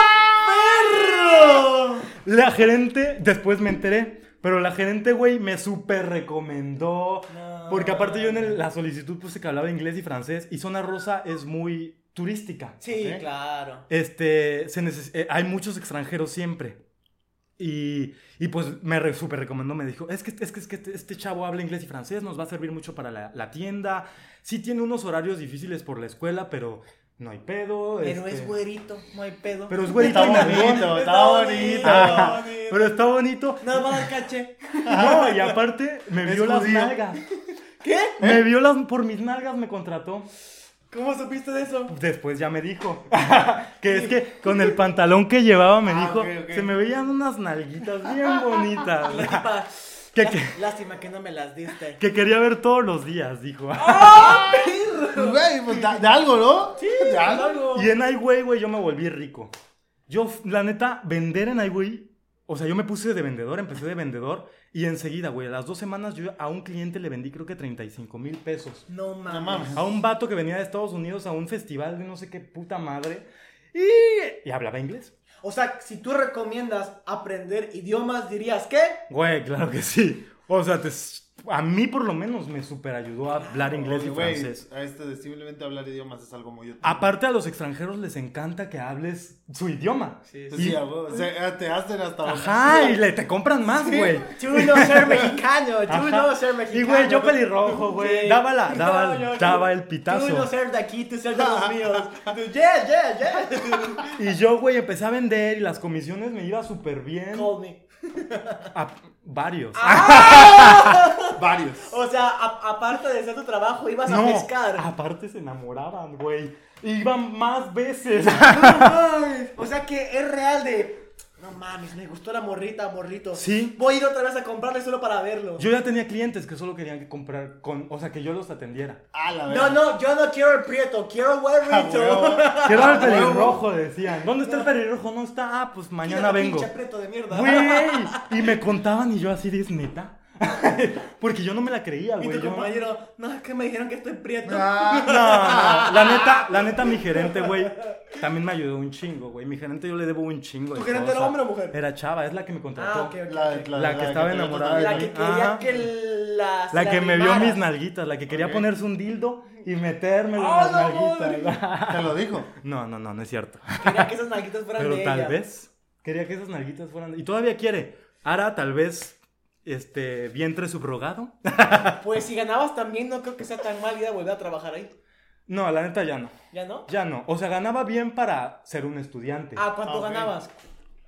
¡Ah! ¡Perro!
La gerente, después me enteré, pero la gerente, güey, me súper recomendó.
No.
Porque aparte yo en el- la solicitud puse que hablaba inglés y francés y Zona Rosa es muy turística.
Sí,
Ok.
claro.
Este, se neces- eh, hay muchos extranjeros siempre. Y, y pues me re- súper recomendó, me dijo, es que, es que, es que este, este chavo habla inglés y francés, nos va a servir mucho para la, la tienda. Sí tiene unos horarios difíciles por la escuela, pero no hay pedo.
Pero
este,
es güerito, no hay pedo.
Pero es güerito
Está
y nalgón.
bonito.
Ajá,
bonito.
Pero está bonito.
Nada más al caché.
No, y aparte me
Es
vio las
judío.
nalgas.
¿Qué?
Me vio las, por mis nalgas me contrató.
¿Cómo supiste de eso?
Después ya me dijo que es que con el pantalón que llevaba me
Ah,
dijo
ok, ok.
se me veían unas nalguitas bien bonitas
La tipa,
¿Qué,
lá-
qué?
Lástima que no me las diste.
que quería ver todos los días, dijo.
Güey, pues de, de algo, ¿no? Sí, de algo.
Y en iWay, güey, yo me volví rico. Yo, la neta, vender en iWay, o sea, yo me puse de vendedor, empecé de vendedor y enseguida, güey, a las dos semanas yo a un cliente le vendí creo que 35 mil pesos.
No mames.
No mames.
A un vato que venía de Estados Unidos a un festival de no sé qué puta madre y, y hablaba inglés.
O sea, si tú recomiendas aprender idiomas, dirías que.
Güey, claro que sí. O sea, te- a mí por lo menos me super ayudó a hablar inglés y
Güey,
francés. Ah,
A este de simplemente hablar idiomas es algo muy útil.
Aparte a los extranjeros les encanta que hables su idioma.
Sí,
Pues
Y-
sí, a huevo, o sea, te hacen hasta.
Ajá, y le, te compran más, güey.
Chulo ser mexicano, chulo
Ajá.
ser mexicano.
Y güey, yo pelirrojo, güey. Daba la- daba- daba el pitazo.
Tú no ser de aquí, tú ser de los míos. Tú, yeah, yeah, yeah.
Y yo, güey, empecé a vender y las comisiones me iba súper bien.
Call me.
A varios.
Ah,
Varios.
O sea, a- aparte de hacer tu trabajo, ibas a
no, Ah.
pescar.
aparte se enamoraban, güey. Iban más veces.
Ay, o sea que es real de. No mames, me gustó la morrita, morrito.
Sí.
Voy a ir otra vez a comprarle solo para verlo.
Yo ya tenía clientes que solo querían que comprar con, o sea, que yo los atendiera.
A la
No,
verdad.
no, yo no quiero el prieto, quiero el
Ah,
güerito.
Quiero el pelirrojo, decían. ¿Dónde está el pelirrojo? No está. Ah, pues mañana
Quítate,
vengo.
Pinche prieto de mierda.
Güey. Y me contaban y yo así de "¿Es neta. Porque yo no me la creía,
Y
güey.
tu
Yo- Ah.
compañero, no, es que me dijeron que estoy prieto.
No, no, la neta, la neta, mi gerente, güey, también me ayudó un chingo, güey. Mi gerente yo le debo un chingo. de
¿Tu gerente era
cosas.
hombre o mujer?
Era chava, es la que me
Ah,
contrató.
ok, ok.
La,
ok.
la-
La que estaba
te-
enamorada de
La
mí.
que quería
Ah.
que las.
La
las
que me vio
rimaras.
mis nalguitas, la que quería
Ok.
ponerse un dildo y meterme en
¡Ah,
las
la
nalguitas.
Te lo dijo.
No, no, no, no es cierto.
Quería que esas nalguitas fueran
Pero
de
tal
ella.
vez quería que esas nalguitas fueran. Y todavía quiere. Ahora tal vez este vientre subrogado.
Pues si ganabas también, no creo que sea tan mal idea volver a trabajar ahí.
No, la neta ya no.
¿Ya no?
Ya no. O sea, ganaba bien para ser un estudiante.
Ah, ¿cuánto
Ah, ok.
ganabas?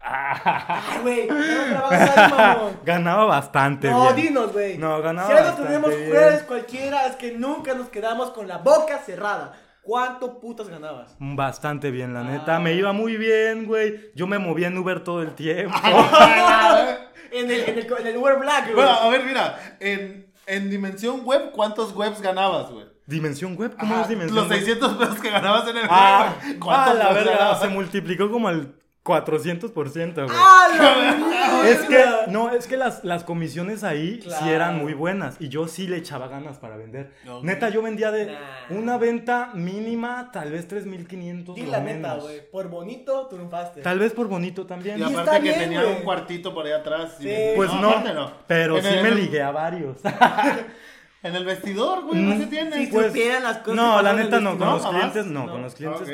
Ah.
Ay, güey, no trabajas ahí, mamón.
Ganaba bastante
No,
bien.
dinos, güey.
No, ganaba
Si algo
bastante
tenemos
bien.
jueves cualquiera es que nunca nos quedamos con la boca cerrada. ¿Cuánto putas ganabas?
Bastante bien, la
Ah.
neta. Me iba muy bien, güey. Yo me movía en Uber todo el tiempo.
en, el, en, el, en el Uber Black, güey.
Bueno, a ver, mira, en, en dimensión web, ¿cuántos webs ganabas, güey?
¿Dimensión web? ¿Cómo
Ajá,
es dimensión
Ah, Los
web?
600 pesos que ganabas en el
Ah,
web. güey.
ah, la
pesos
verga,
ganabas?
se multiplicó como al 400%, güey.
¡Ah, la
Es que,
mierda!
no, es que las, las comisiones ahí sí
Claro.
eran muy buenas y yo sí le echaba ganas para vender.
Ok.
Neta, yo vendía de
Nah.
una venta mínima, tal vez 3.500
Di
lo
la
menos.
neta, güey. Por bonito, triunfaste.
Tal vez por bonito también.
Y
está
aparte que
bien,
tenía
güey.
un cuartito por ahí atrás. y-
Sí. Pues
Pues no,
aparte
pero
En
sí
el-
me ligué a varios.
En el vestidor, güey, no
Mm,
se tiene.
Si
pues,
supieran las cosas
no,
que
la
pasan en
neta
el
no, con
destino,
los
jamás.
clientes no,
No.
con los
Ah,
clientes
ok.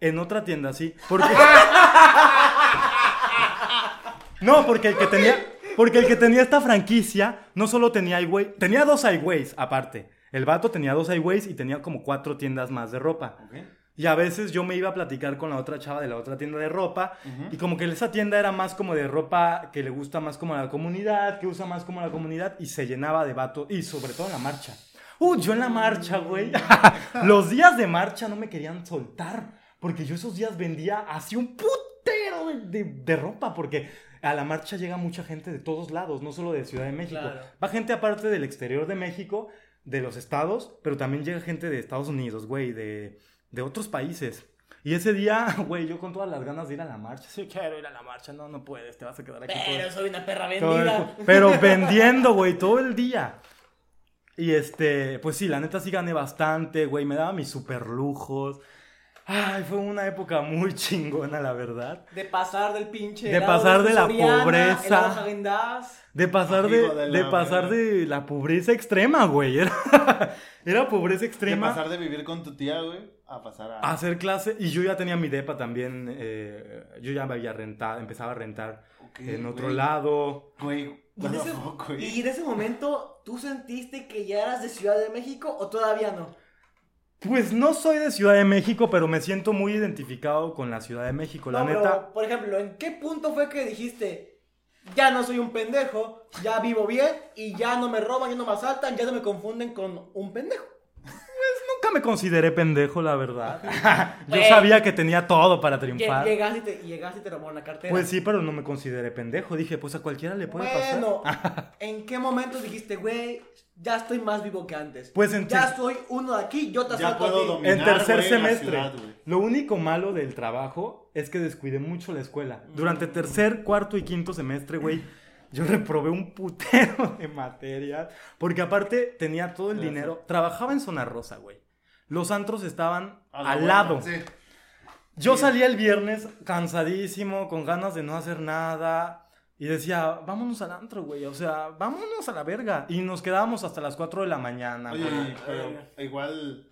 en otra tienda sí, porque No, porque el que tenía porque el que tenía esta franquicia no solo tenía iWay, tenía dos iWays aparte. El vato tenía dos iWays y tenía como cuatro tiendas más de ropa.
Ok.
Y a veces yo me iba a platicar con la otra chava de la otra tienda de ropa. Y como que esa tienda era más como de ropa que le gusta más como a la comunidad, que usa más como a la comunidad. Y se llenaba de vato. Y sobre todo en la marcha. Uh, yo en la marcha, güey. Los días de marcha no me querían soltar. Porque yo esos días vendía así un putero de, de- de ropa. Porque a la marcha llega mucha gente de todos lados, no solo de Ciudad de México.
Claro.
Va gente aparte del exterior de México, de los estados, pero también llega gente de Estados Unidos, güey, de, de otros países. Y ese día, güey, yo con todas las ganas de ir a la marcha. Sí, quiero ir a la marcha. No, no puedes, te vas a quedar aquí. todo el-
Pero soy una perra
todo el-
vendida.
pero vendiendo, güey, todo el día. Y este, pues sí, la neta sí gané bastante, güey. Me daba mis super lujos. Ay, fue una época muy chingona, la verdad.
De pasar del pinche.
De
helado
pasar de la
Soriana,
pobreza.
helado Häagen-Dazs.
De pasar de,
Amigo de la
de pasar
verga.
de la pobreza extrema, güey. Era, era pobreza
De
extrema.
pasar de vivir con tu tía, güey, a pasar a...
a hacer clase. Y yo ya tenía mi depa también. eh, yo ya me había rentado, empezaba a rentar
Ok,
en otro
güey.
lado.
Güey,
Y en,
what the
ese,
fuck, güey.
y en ese momento, ¿tú sentiste que ya eras de Ciudad de México o todavía no?
Pues no soy de Ciudad de México, pero me siento muy identificado con la Ciudad de México. Pues La
No, pero,
neta,
por ejemplo, ¿en qué punto fue que dijiste, ya no soy un pendejo, ya vivo bien y ya no me roban, ya no me asaltan, ya no me confunden con un pendejo?
nunca me consideré pendejo, la verdad. yo
Güey.
sabía que tenía todo para
Lle-
triunfar.
Llegaste y te, llegaste y te robaron la cartera.
Pues sí, pero no me consideré pendejo. Dije, pues a cualquiera le puede pasar.
bueno, ¿en qué momento dijiste, güey, ya estoy más vivo que antes?
Pues en
Ya
sí.
soy uno de aquí, yo te
Ya
asalto a
puedo
ti.
dominar.
En tercer
güey, la
semestre.
ciudad, güey.
lo único malo del trabajo es que descuidé mucho la escuela. Durante tercer, cuarto y quinto semestre, güey, yo reprobé un putero de materias. Porque aparte tenía todo el
Gracias.
dinero. Trabajaba en Zona Rosa, güey. Los antros estaban
A la
al
buena,
lado.
sí.
Yo salía el viernes cansadísimo, con ganas de no hacer nada. Y decía, vámonos al antro, güey. O sea, vámonos a la verga. Y nos quedábamos hasta las 4 de la mañana,
Oye,
güey.
pero igual,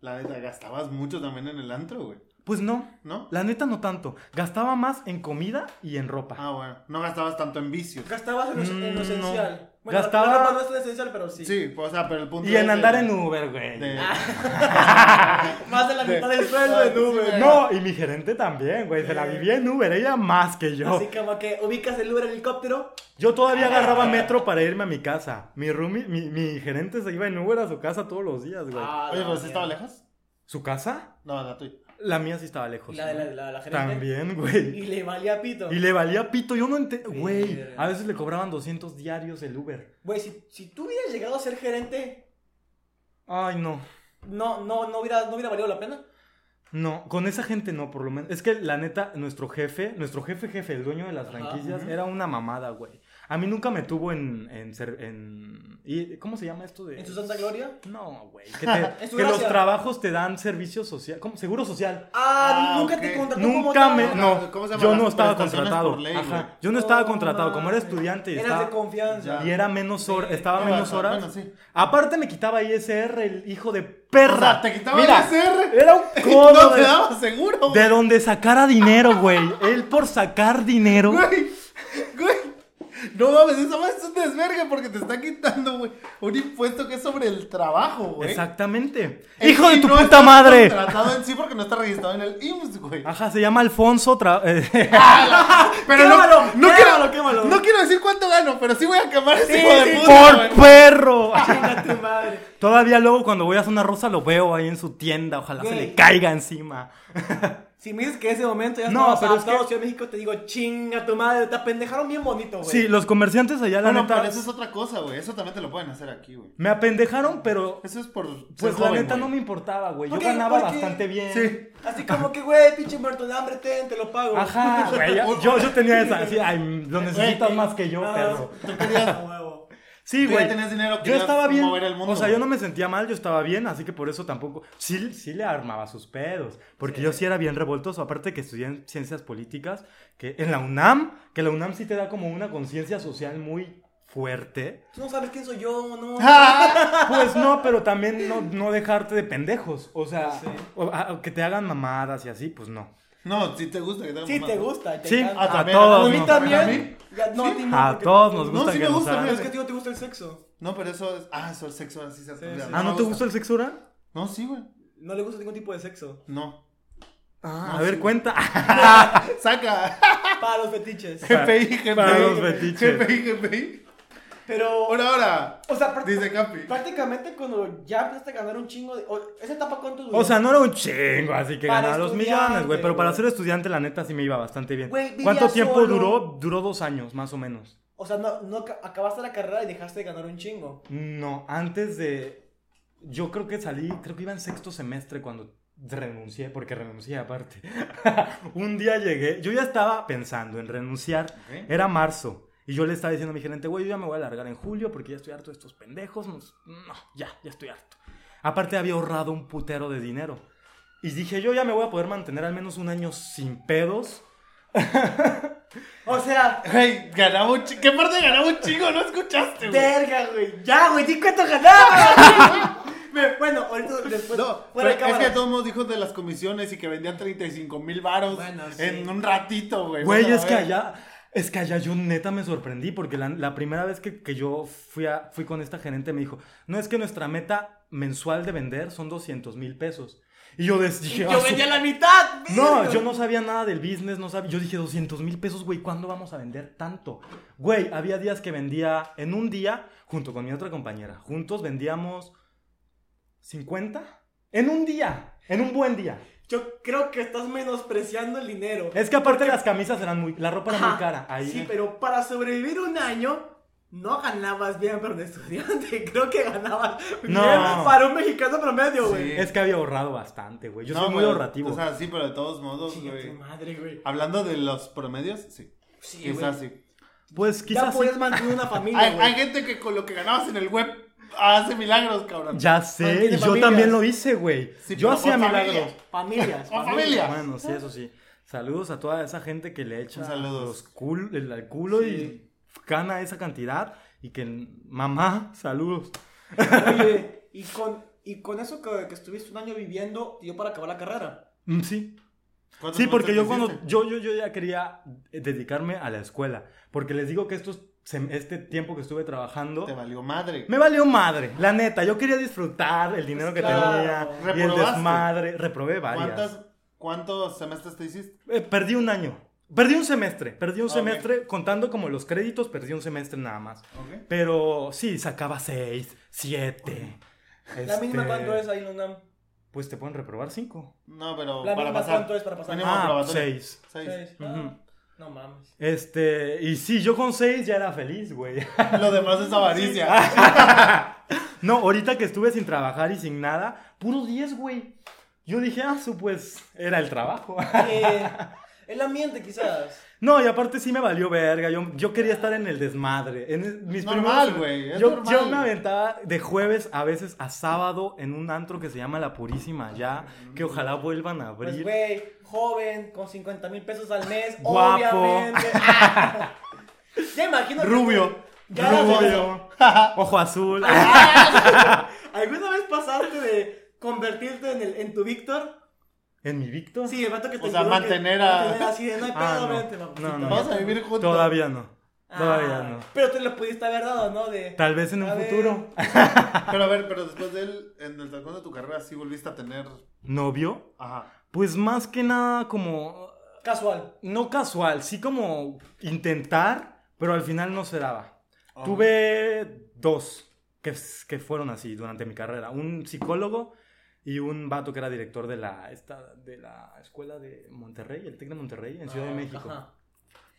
la neta, gastabas mucho también en el antro, güey,
Pues no,
¿no?
la neta no tanto. Gastaba más en comida y en ropa.
Ah, bueno, no gastabas tanto en vicios.
Gastabas en lo, en lo
Mm,
esencial.
no.
Bueno,
Gastaba-
la ropa no es tan esencial, pero sí.
Sí, pues, o sea, pero el punto
Y en
es
andar
de-
en Uber, güey.
de-
Más de la
De-
mitad del sueldo en
Sí,
Uber.
No, y mi gerente también, güey. Se la vivía en Uber, ella más que yo.
Así como que ubicas el Uber helicóptero.
Yo todavía agarraba metro para irme a mi casa. Mi, roomie- mi, mi gerente se iba en Uber a su casa todos los días, güey.
Ah,
Oye,
la
pero sí estaba
mierda.
lejos?
¿Su casa?
No, la tuya.
La mía sí estaba lejos.
Y la de la, la, la gerente.
También, güey.
Y le valía pito.
Y le valía pito, yo no entiendo. Güey,
Verga.
a veces le cobraban 200 diarios el Uber.
Güey, si, si tú hubieras llegado a ser gerente,
Ay, no.
no, no, no hubiera, no hubiera valido la pena.
No, con esa gente no, por lo menos. Es que la neta, nuestro jefe, nuestro jefe jefe, el dueño de las
Ajá,
franquicias,
ujú.
era una mamada, güey. A mí nunca me tuvo en. en, ser- en- ¿y ¿Cómo se llama esto de.?
En su santa gloria.
No, güey. Que, te-
En su
que los
gracia.
trabajos te dan servicio social. ¿Cómo? Seguro social.
Ah,
Ah,
nunca te
ok.
contrató como
Nunca
tal.
me. No,
Ah, ¿Cómo se llama?
yo no
Las
estaba
prestaciones
contratado.
por ley,
Ajá.
güey.
Yo no estaba
Oh,
contratado. Como era
mames.
estudiante y
Eras
estaba.
de confianza.
Ya.
Y era menos horas, estaba
No,
menos
basta,
horas.
bueno, sí.
Aparte me quitaba ISR el hijo de
O sea,
perra.
te quitaba
Mira,
el ISR.
Era un codo
No te
de,
daba seguro, güey.
de donde sacara dinero, güey. Él por sacar dinero.
Güey, güey. No mames, esa madre es un desvergue porque te está quitando, güey, un impuesto que es sobre el trabajo, güey.
Exactamente.
Es
Hijo de
que
tu
no
puta
está
madre. Ah,
contratado en sí porque no está registrado en el IMSS, güey.
Ajá, se llama Alfonso. Tra- eh,
Pero
Quémalo,
no, no
quémalo,
quiero,
quémalo.
No quiero decir cuánto gano, pero sí voy a quemar ese
Sí,
hijo de
sí,
puta, güey.
por perro.
Chinga tu madre.
Todavía luego cuando voy a Zona Rosa lo veo ahí en su tienda. Ojalá se
Güey.
le caiga encima.
Si me dices que ese momento ya
No,
no, pero
pero es que-
Ciudad de México, te digo, chinga tu madre, te apendejaron bien bonito, güey.
Sí, los comerciantes allá, la
Bueno,
neta,
pero eso es otra cosa, güey. Eso también te lo pueden hacer aquí, güey.
me apendejaron, pero
Eso es por. ser
pues la
joven,
neta
güey.
no me importaba, güey. Yo
Porque-
ganaba
porque-
bastante bien.
Sí.
Así como que, güey, pinche muerto de hambre, ten, te lo pago. Ah,
Ajá, güey. ya- Yo, yo tenía esa, así, ay, lo necesitas
Güey,
más que yo,
Ah,
perro.
Tú querías a huevo.
Sí,
Tú ya
güey.
tenías dinero,
yo
querías
estaba bien.
mover el mundo,
o sea, yo
güey.
no me sentía mal, yo estaba bien, así que por eso tampoco. Sí, sí le armaba sus pedos. Porque yo sí era bien revoltoso. Aparte que estudié en ciencias políticas, que en la UNAM, que la UNAM sí te da como una conciencia social muy fuerte.
Tú no sabes quién soy yo, no.
Pues no, pero también no, no dejarte de pendejos. O sea, o- a- que te hagan mamadas y así, pues no.
No, si te gusta que te hagan
Sí, te
mamadas.
gusta, te
Sí,
encanta.
Ah,
a
también,
todos.
A mí
nos-
también.
¿A mí?
Ya, no, a ti no.
A
porque-
todos nos
No,
gusta
sí
que
me
nos
gusta,
hagan-
Pero es que, tío, te gusta el sexo.
No, pero eso es. Ah, eso es sexo, así se hace.
Sí, sí.
Ah, ¿no te gusta
el.
el sexo oral?
No, sí, güey.
No le gusta ningún tipo de sexo.
No.
Ah,
No,
a ver,
sí.
cuenta.
Saca.
Para los fetiches.
GPI, GPI.
para los fetiches.
GPI, GPI.
Pero.
Ahora, ahora.
O sea, práct-
Dice Capi.
prácticamente cuando ya empezaste a ganar un chingo de. o- ¿Esa etapa cuánto duró?
O sea, no era un chingo, así que
Para
ganaba los
estudiante,
millones, güey. Pero para
güey.
ser estudiante, la neta, sí me iba bastante bien.
Güey, vivía
¿Cuánto tiempo
solo.
duró? Duró dos años, más o menos.
O sea, no, no ca- acabaste la carrera y dejaste de ganar un chingo.
No, antes de. Yo creo que salí, creo que iba en sexto semestre cuando renuncié, porque renuncié aparte. un día llegué, yo ya estaba pensando en renunciar.
Ok.
Era marzo. Y yo le estaba diciendo a mi gerente, güey, yo ya me voy a largar en julio porque ya estoy harto de estos pendejos. No, no, ya, ya estoy harto. Aparte había ahorrado un putero de dinero. Y dije, yo ya me voy a poder mantener al menos un año sin pedos.
O sea,
Güey, ganaba un chingo. ¿Qué parte ganaba un chingo? ¿No escuchaste, güey?
verga, güey. Ya, güey, di cuánto ganaba. Me- bueno, ahorita después.
No, pero
fuera de
es que
cámara.
de todos modos dijo de las comisiones y que vendían 35 mil varos
Bueno, sí.
en un ratito, güey.
Güey,
Vete a
es
la
que
verga.
allá, es que allá yo neta me sorprendí porque la, la primera vez que, que yo fui, a- fui con esta gerente me dijo, no es que nuestra meta mensual de vender son 200 mil pesos. Y yo des- dije, "Ah,
Yo
su-
vendía la mitad.
no,
verga.
yo no sabía nada del business, no sabía. Yo dije 200 mil pesos, güey, ¿cuándo vamos a vender tanto? Güey, había días que vendía, en un día, junto con mi otra compañera, juntos vendíamos 50 en un día, en un buen día.
Yo creo que estás menospreciando el dinero.
Es que aparte las camisas eran muy, la ropa era muy
Ajá.
cara. Ahí,
Sí, pero para sobrevivir un año no ganabas bien para un estudiante. Creo que ganabas
No.
bien para un mexicano promedio,
Sí.
güey.
Es que había ahorrado bastante, güey. Yo
No,
soy muy
güey,
ahorrativo.
O sea, sí, pero de todos modos,
Chinga tu
güey.
madre, güey.
Hablando de los promedios, sí.
Sí,
Quizás
güey.
sí.
pues
Ya
quizás. sí.
podías mantener una familia,
Hay,
güey.
hay gente que con lo que ganabas en el web hace milagros, cabrón.
Ya sé,
Mantiene
y yo
familias.
también lo hice, güey.
Sí,
yo
pero
hacía
con familia.
milagros.
Familias.
O
familias.
familia.
Bueno, sí, eso sí. Saludos a toda esa gente que le echa
Un saludo.
los cul- el, al culo
Sí.
y gana esa cantidad. Y que, mamá, saludos.
Oye, y con, y con eso que, que estuviste un año viviendo, yo para acabar la carrera.
Mm, Sí,
¿Cuántos
sí porque
meses
yo
te
cuando
hiciste?
yo, yo, yo ya quería eh, dedicarme a la escuela. Porque les digo que estos, sem- este tiempo que estuve trabajando...
Te valió madre.
Me valió madre, la neta. Yo quería disfrutar el dinero que
Pues claro.
tenía y el
Reprobaste.
desmadre. Reprobé varias.
¿Cuántas, ¿Cuántos semestres te hiciste?
Eh, perdí un año. Perdí un semestre. Perdí un
Ah,
semestre, contando como los créditos, perdí un semestre nada más.
Ok.
Pero sí, sacaba seis, siete.
La mínima
este,
cuánto es ahí en la UNAM.
Pues te pueden reprobar cinco.
No, pero
La
para
mínima
pasar.
cuánto es para pasar.
Mínimo
Ah,
probatorio.
seis.
Seis.
Seis. Ah,
Ujú.
No mames.
Este, y sí, yo con seis ya era feliz, güey.
Lo demás es avaricia.
No, ahorita que estuve sin trabajar y sin nada, puro 10, güey. Yo dije, ah, su pues era el trabajo.
Eh, el ambiente, quizás.
No, y aparte sí me valió verga. Yo, yo quería estar en el desmadre. En el- mis
Normal,
primeros-
güey, es
Yo,
normal.
yo me aventaba de jueves a veces a sábado en un antro que se llama La Purísima allá. Que ojalá vuelvan a
Pues,
abrir.
güey, joven, con 50 mil pesos al mes,
Guapo.
obviamente. Ah. ya imagino. que-
Rubio.
Ya
Rubio, ojo azul.
¿Alguna vez pasaste de convertirte en, el, en tu Víctor?
¿En mi Víctor?
Sí, el vato que te
O sea,
ayudó, que-
mantener a-
mantener así de, no hay pedo,
Ah, no.
vente, papacito".
No, no,
Vamos a vivir juntos.
Todavía no. Todavía
Ah,
no.
Pero te lo pudiste haber dado, ¿no? De...
Tal vez en
A
un
ver.
futuro.
Pero a ver, pero después de él, en el transcurso de tu carrera, sí volviste a tener.
¿Novio?
Ajá.
Pues más que nada como...
Casual.
No casual, sí como intentar, pero al final no se daba.
Ah.
Tuve dos que, que fueron así durante mi carrera. Un psicólogo y un vato que era director de la, esta, de la escuela de Monterrey, el TEC de Monterrey, en
Ah,
Ciudad de México.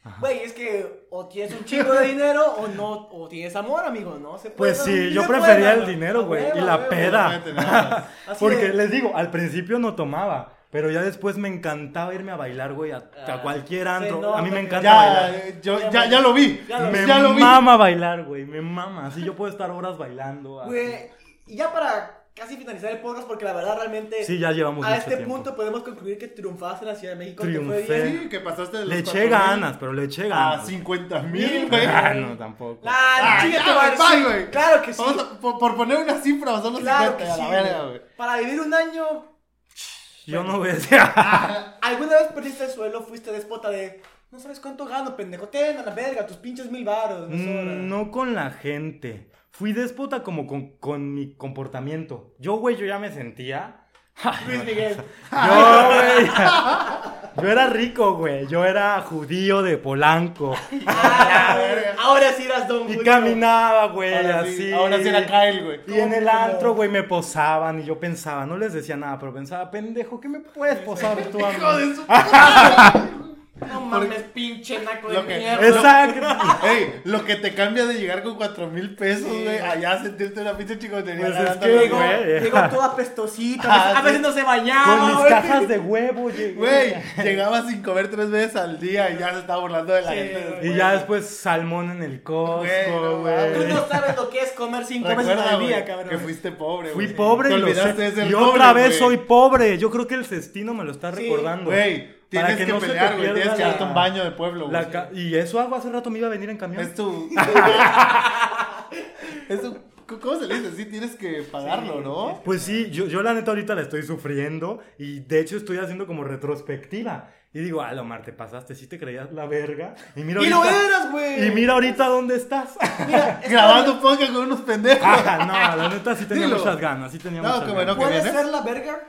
Ajá. Güey, es que o tienes un chingo de dinero o no, o tienes amor, amigo, ¿no? Se puede
Pues
dar-
sí,
se
yo
puede
prefería
dar,
el
¿no?
dinero,
A
güey,
huevo,
y
a
la
huevo.
peda.
Obviamente, nada.
Así
Porque
de-
les digo, al principio no tomaba, pero ya después me encantaba irme a bailar, güey, a, a
Ah,
cualquier
se
antro.
nota
A mí me
que-
encanta
Ya,
bailar.
eh, yo, ya, ya lo vi.
Ya lo vi.
Me
Ya lo vi.
mama bailar, güey, me mama. Así yo puedo estar horas bailando. así.
Güey, y ya para casi finalizar el podcast, porque la verdad realmente
Sí, ya llevamos
a
mucho
este
tiempo.
punto podemos concluir que triunfaste en la Ciudad de México. Te fue
Triunfé.
bien.
Sí, que pasaste de los
Le eché
4,000
ganas, Ah, pero le eché
A
ganas.
50 mil, güey.
Ah, no, tampoco.
Ah,
Ah,
chinga
ya,
tu madre,
bye,
sí,
güey.
Claro que sí.
Vamos a- por, por poner una cifra, son los
Claro que
50 a
sí.
la verga, güey.
Para vivir un año,
Yo no voy a decir.
¿alguna vez perdiste el suelo? Fuiste despota de. No sabes cuánto gano, pendejo. Ten a la verga, tus pinches mil baros.
Mm, No con la gente. Fui déspota como con, con mi comportamiento. Yo, güey, yo ya me sentía.
Luis Miguel.
Yo, güey. Yo era rico, güey. Yo era judío de Polanco.
Ah, Ahora sí eras Don
Y
Julio.
caminaba, güey,
Ahora
Eh, así.
sí, ahora sí era Kyle, güey.
Y en el antro, güey, me posaban y yo pensaba, no les decía nada, pero pensaba, pendejo, ¿qué me puedes posar tú a mí?"
Hijo de su
No mames, pinche naco de
Lo que-
mierda.
Exacto.
Ey, lo que te cambia de llegar con 4 mil pesos,
Sí.
güey, allá sentirte una pinche chicotería.
Pues es
ganando
que,
los-
Llegó,
güey,
llegó todo apestosito. pues, A veces,
Ah,
a veces
sí.
no se bañaba.
Con mis
güey.
cajas de huevo llegué.
Ah, Güey, llegaba sin comer tres veces al día y ya se estaba burlando de la
Sí,
gente.
güey.
Y ya después salmón en el
Güey,
Costco,
no
Tú
güey.
mames.
no sabes lo que es comer cinco veces
Recuerda,
al día,
güey,
cabrón.
que fuiste pobre,
Fui
güey.
pobre
Te
y lo
olvidaste de
sé.
ser
Y otra
pobre,
vez soy
güey.
pobre. Yo creo que el cestino me lo está
Sí.
recordando.
Güey,
Para
tienes que,
no se te
pelear, güey.
pierda
Tienes que
la-
darte un baño de pueblo,
la
güey.
ca- Y eso hago hace rato me iba a venir en camión.
Es tu. es tu- ¿Cómo se le dice? Sí, tienes que pagarlo, ¿no?
Pues sí, yo, yo la neta ahorita la estoy sufriendo y de hecho estoy haciendo como retrospectiva. Y digo, ah, Omar, te pasaste, sí te creías la verga. Y mira
Y lo
ahorita,
eras, güey.
y mira ahorita dónde estás.
Mira, es-
Grabando podcast con unos pendejos.
Ah, no, la neta sí tenía
Dilo.
muchas ganas, sí tenía
No,
muchas
como
ganas.
no, que-
Puedes
viene.
ser la verga,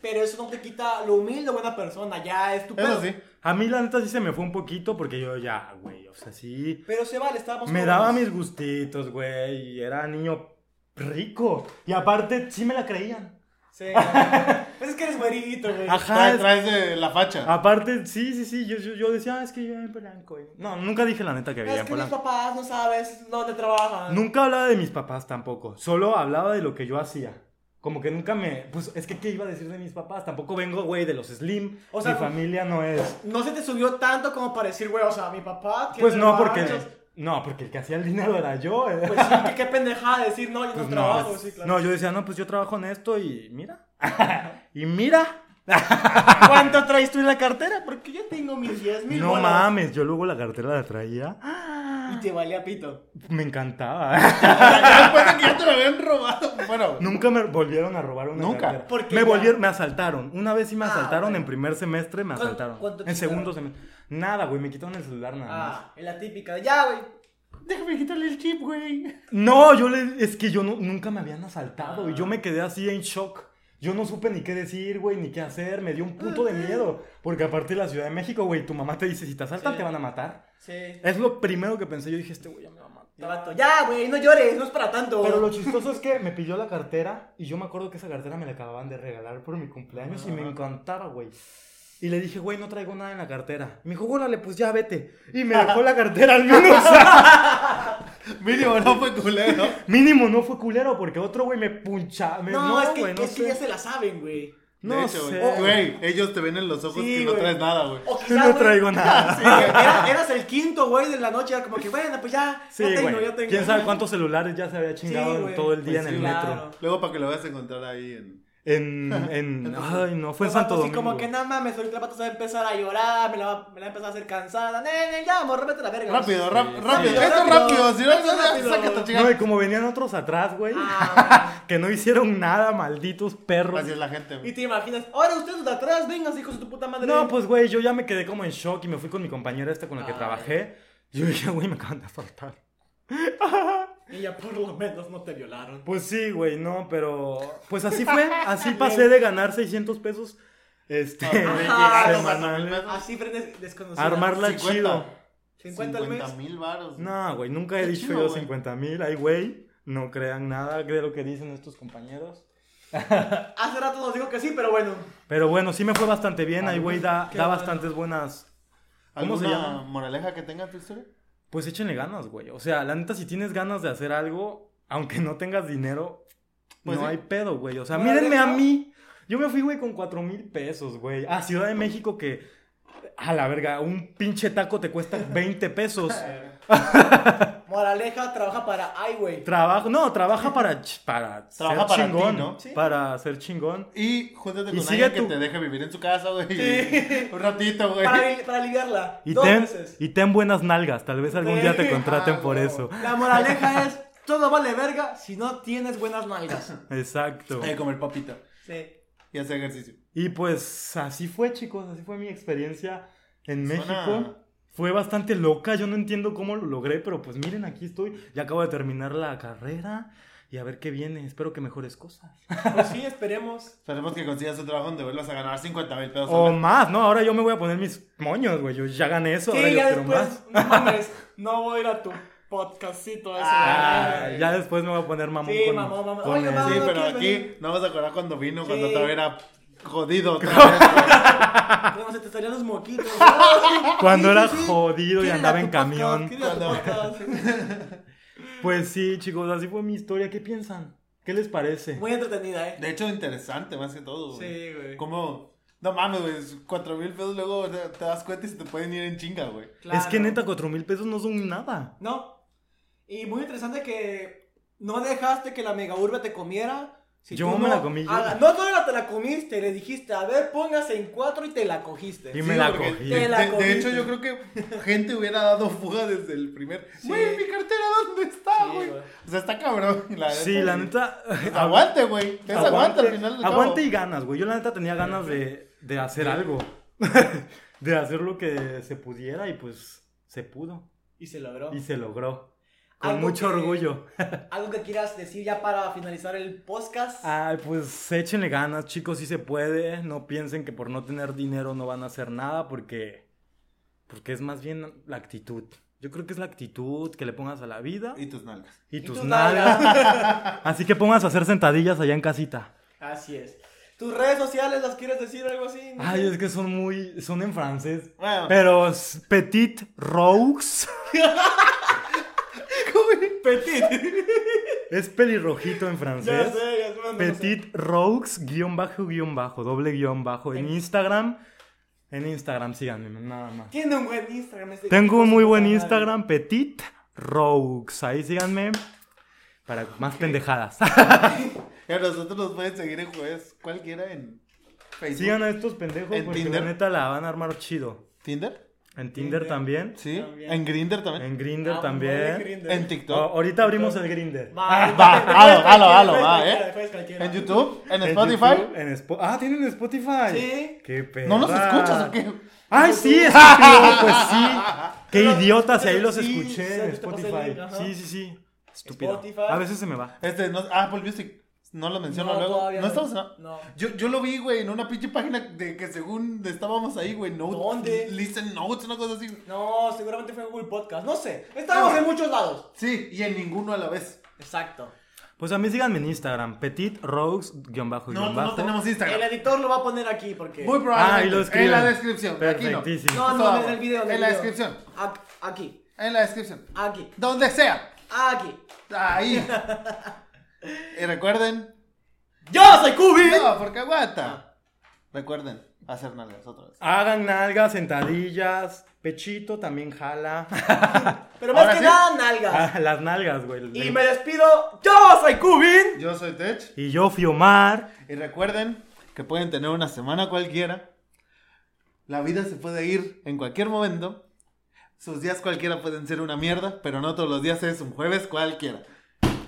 pero eso no te quita lo humilde buena persona. Ya es tu
Eso
pedo.
sí.
A mí la neta sí se me fue un poquito porque yo ya, güey, o sea, sí,
Pero se vale, estábamos.
Me
jóvenes.
daba mis gustitos, güey, y era niño rico. Y aparte, sí me la creían.
Sí, cabrón. Pues es que eres güerito, güey.
Ajá.
Trae-
es-
Traes de la facha.
Aparte, sí, sí, sí, yo, yo, yo decía, "Ah, es que yo era en Polanco. y- No, nunca dije la neta que vivía
Es
en
que mis
Polanco.
papás no sabes dónde trabajan.
Nunca hablaba de mis papás tampoco, solo hablaba de lo que yo hacía. Como que nunca me... Pues es que, ¿qué iba a decir de mis papás? Tampoco vengo, güey, de los Slim.
O sea,
mi
como-
familia no es...
No se te subió tanto como para decir, güey, o sea, mi papá. tiene
Pues no, porque...
ranchos.
No, porque el que hacía el dinero era yo. eh.
Pues sí, que qué pendejada decir, no, yo no,
Pues no,
trabajo.
pues,
sí, claro.
no, yo decía, no, pues yo trabajo en esto y mira. y mira.
¿Cuánto traes tú en la cartera? Porque yo tengo mis 10 mil.
No mames, yo luego la cartera la traía.
Y te valía pito.
Me encantaba.
Ya después de que ya te lo habían robado. Bueno,
Nunca me volvieron a robar una
Nunca.
cartera.
¿Por qué
me
ya?
volvieron, me asaltaron. Una vez sí me
Ah,
asaltaron
ok.
en primer semestre, me
¿Cuánto-
asaltaron.
cuánto te
en segundo
quitaron?
semestre. Nada, güey, me quitaron el celular nada más.
Ah, en la típica. de, Ya, güey.
déjame quitarle el chip, güey.
No, yo le, es que yo no- nunca me habían asaltado y
Ah.
yo me quedé así en shock. Yo no supe ni qué decir, güey, ni qué hacer, me dio un puto de miedo. Porque aparte de la Ciudad de México, güey, tu mamá te dice, si te asaltan
Sí.
te van a matar.
Sí.
Es lo primero que pensé, yo dije, este güey ya me va a matar.
El vato, Ya, güey, no llores, no es para tanto.
Pero lo chistoso es que me pidió la cartera y yo me acuerdo que esa cartera me la acababan de regalar por mi cumpleaños y me encantaba, güey. Y le dije, güey, no traigo nada en la cartera. Me dijo, órale, pues ya vete. Y me dejó la cartera al menos.
Mínimo, no fue culero.
Mínimo no fue culero porque otro güey me puncha. me-
No,
No,
es que,
güey, no
es que ya
sé.
se Oh, la saben, güey.
No
de hecho,
sé.
güey. Güey, ellos te ven en los ojos
Sí,
que no
güey.
traes nada, güey.
O
Yo
quizás,
no
güey,
traigo nada.
sí, güey, era- eras el quinto, güey, de la noche. Era como que, bueno, pues ya.
Sí,
ya tengo,
güey.
ya tengo.
¿Quién sabe cuántos celulares ya se había chingado en
güey.
todo el día
Pues
en el
sí,
claro.
metro?
Luego para que lo vayas a encontrar ahí en.
En, en... Ay, no, fue
Los
en Santo
vatos
Domingo.
Pues, así como que, no mames, ahorita la pata se va a empezar a llorar, me la va, me la va a empezar a hacer cansada. Nene, ya, amor, vete a la verga.
Rápido, rap-
Sí,
rápido.
sí.
Esto
Rápido,
es rápido. Si no,
rápido,
no,
rápido.
sácate a chingar.
No, y como venían otros atrás, güey.
Ah,
que no hicieron nada, malditos perros.
Así es la gente, güey.
Y te imaginas, ahora ustedes de atrás, vengan, hijos de tu puta madre.
No, pues, güey, yo ya me quedé como en shock y me fui con mi compañera esta con la que
Ay.
trabajé. Yo dije, güey, me acaban de asaltar.
Y ya por lo menos no te violaron.
Pues sí, güey, no, pero... Pues así fue, así pasé de ganar 600 pesos este,
Ah, Ajá.
semanales.
Así frenes desconocidos.
Armarla chido.
50 al mes.
mil baros.
No, güey, nunca he
Qué
dicho
chido,
yo
güey.
50 mil. Ay, güey, no crean nada de lo que dicen estos compañeros.
Hace rato nos dijo que sí, pero bueno.
Pero bueno, sí me fue bastante bien.
Ay,
Ahí, güey,
güey,
da,
qué
da
bueno.
bastantes buenas. ¿Cómo se
¿Alguna
llama?
moraleja que tenga tu historia?
Pues échenle ganas, güey. O sea, la neta, si tienes ganas de hacer algo, aunque no tengas dinero,
Pues
no
sí.
hay pedo, güey. O sea,
Bueno,
mírenme a
deja-
mí. Yo me fui, güey, con cuatro mil pesos, güey. A Ciudad de México que, a la verga, un pinche taco te cuesta 20 pesos.
Moraleja trabaja para Ay, güey.
Trabajo, no, trabaja para, ch- para
Trabaja para ti,
chingón.
¿no?
Sí.
Para ser chingón.
Y júntate
Y
con
sigue
alguien que
tu-
te deje vivir en su casa, güey.
Sí.
Un ratito, güey.
Para, li- para aliviarla.
Y
dos
ten,
veces.
y ten buenas nalgas. Tal vez algún día te
Sí.
contraten
Ah,
por
no.
eso.
La moraleja es: todo vale verga si no tienes buenas nalgas.
Exacto.
Hay que comer papita
Sí.
y hacer ejercicio.
Y pues así fue, chicos, así fue mi experiencia en
Suena-
México. Fue bastante loca, yo no entiendo cómo lo logré, pero pues miren, aquí estoy. Ya acabo de terminar la carrera y a ver qué viene. Espero que mejores cosas.
Pues sí, esperemos.
Esperemos que consigas un trabajo donde vuelvas a ganar 50 mil pesos.
O
al mes.
más, ¿no? Ahora yo me voy a poner mis moños, güey. Yo ya gané eso, ahora
Sí,
yo
ya
quiero
después,
más.
no mames, no voy a ir a tu podcastito ese.
Ah,
Ah, ya después me voy a poner mamón
Sí,
con,
mamón, mamón.
con
Oye,
el-
mamón.
Sí,
no
pero
quieres
aquí
venir.
no vas a acordar cuando vino,
Sí.
cuando todavía era jodido. otra vez, güey.
Como se te salían los moquitos.
Cuando
Sí,
era
sí, sí.
jodido
Quiero
y
ir a
andaba
tu
en
podcast,
camión.
quiero ir a tu podcast.
Pues sí, chicos, así fue mi historia. ¿Qué piensan? ¿Qué les parece?
Muy entretenida, eh.
De hecho, interesante más que todo. güey.
Sí, güey.
Como, no mames, güey, 4 mil pesos luego te, te das cuenta y se te pueden ir en chinga, güey.
Claro.
Es que neta, cuatro mil pesos no son nada.
No. Y muy interesante que no dejaste que la mega urbe te comiera. Si
Yo
tú
me
no-
la comí, yo.
Ah, no todavía te la comiste, le dijiste, a ver, póngase en cuatro y te la cogiste.
Y
Sí,
me la
porque
cogí.
De,
Te la
de- de
cogiste.
hecho, yo creo que gente hubiera dado fuga desde el primer.
Sí.
Güey, mi cartera, ¿dónde está,
Sí,
güey?
güey.
O sea, está cabrón. La
Sí, la neta.
Pues aguante, güey. Es aguante al final del
aguante
cabo.
y ganas, güey. Yo la neta tenía ganas de, de hacer algo. de hacer lo que se pudiera y pues se pudo.
Y se logró.
Y se logró. Con
Algo
mucho
que-
orgullo.
Algo que quieras decir ya para finalizar el podcast.
Ay, pues échenle ganas, chicos, si se puede. No piensen que por no tener dinero no van a hacer nada porque... Porque es más bien la actitud. Yo creo que es la actitud que le pongas a la vida
Y tus nalgas.
y,
Y
tus
tus
nalgas. Así que pongas a hacer sentadillas allá en casita.
Así es. ¿Tus redes sociales las quieres decir algo así? No
Ay,
sé.
es que son muy... Son en francés.
Bueno,
Pero s- Petit Roux
Petit.
es pelirrojito en francés.
Ya sé, ya sé, no, no sé.
Petit Roux guión bajo guión bajo, doble guión bajo. En Instagram, en Instagram síganme, nada más.
Tiene un buen Instagram. este
Tengo
hijo
un
de
muy
su
buen
madre.
Instagram, Petit Roux. Ahí síganme para más pendejadas.
y a nosotros nos pueden seguir en jueves cualquiera en Facebook.
Sigan a estos pendejos
En
porque
Tinder.
la neta la van a armar chido.
¿Tinder?
En Tinder
Tinder.
también,
Sí.
También.
¿En Grinder también?
en Grinder Oh,
Ah, muy
también.
bien,
¿En
O-
TikTok?
ahorita abrimos el Grinder.
Va,
Ah, va,
te puedes
halo,
cualquiera,
halo, halo,
puedes
va,
cualquiera,
¿eh?
puedes cualquiera.
¿En YouTube? ¿En,
En
Spotify?
YouTube, en Spo- ah, tienen Spotify.
Sí.
Qué pedo.
¿No nos escuchas o qué?
Ay, sí, estúpido, pues sí. Qué
Pero,
idiota, si
pero
ahí los
sí,
escuché
o sea,
en
yo te pasé el
Spotify.
link, ajá.
Sí, sí, sí. Estúpido.
Spotify.
A veces se me va.
Este, no, Apple Music. No lo menciono
No,
luego.
todavía
No,
no.
estamos en-
No.
Yo, yo lo vi, güey, en una pinche página de que según estábamos ahí, güey. Note-
¿Dónde?
Listen Notes, una cosa así. güey.
No, seguramente fue Google Podcast. No sé. Estábamos en muchos lados.
Sí, y en ninguno a la vez.
Exacto.
Pues a mí síganme en Instagram, Petit Rogues guión bajo
No,
guión
no
bajo.
tenemos
El
Instagram.
editor lo va a poner aquí porque.
Muy
Ah, y
probablemente.
lo escriben.
en la descripción. de aquí no.
Perfectísimo.
No,
Eso
no,
hago.
desde el video. del
En la
video.
descripción.
Ac- Aquí,
En la descripción.
aquí,
Donde sea.
aquí.
Ahí. y recuerden.
¡Yo soy Kubi!
No, porque aguanta. Recuerden hacer nalgas otra vez.
Hagan nalgas, sentadillas, pechito también jala.
Pero más
Ahora
que
sí.
nada, nalgas.
Ah, Las nalgas, güey.
Y me despido. Yo soy Kubin.
Yo soy Tech.
Y yo, Fiomar.
Y recuerden que pueden tener una semana cualquiera. La vida se puede ir en cualquier momento. Sus días cualquiera pueden ser una mierda, pero no todos los días es un jueves cualquiera.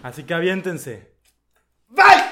Así que aviéntense.
¡Bye!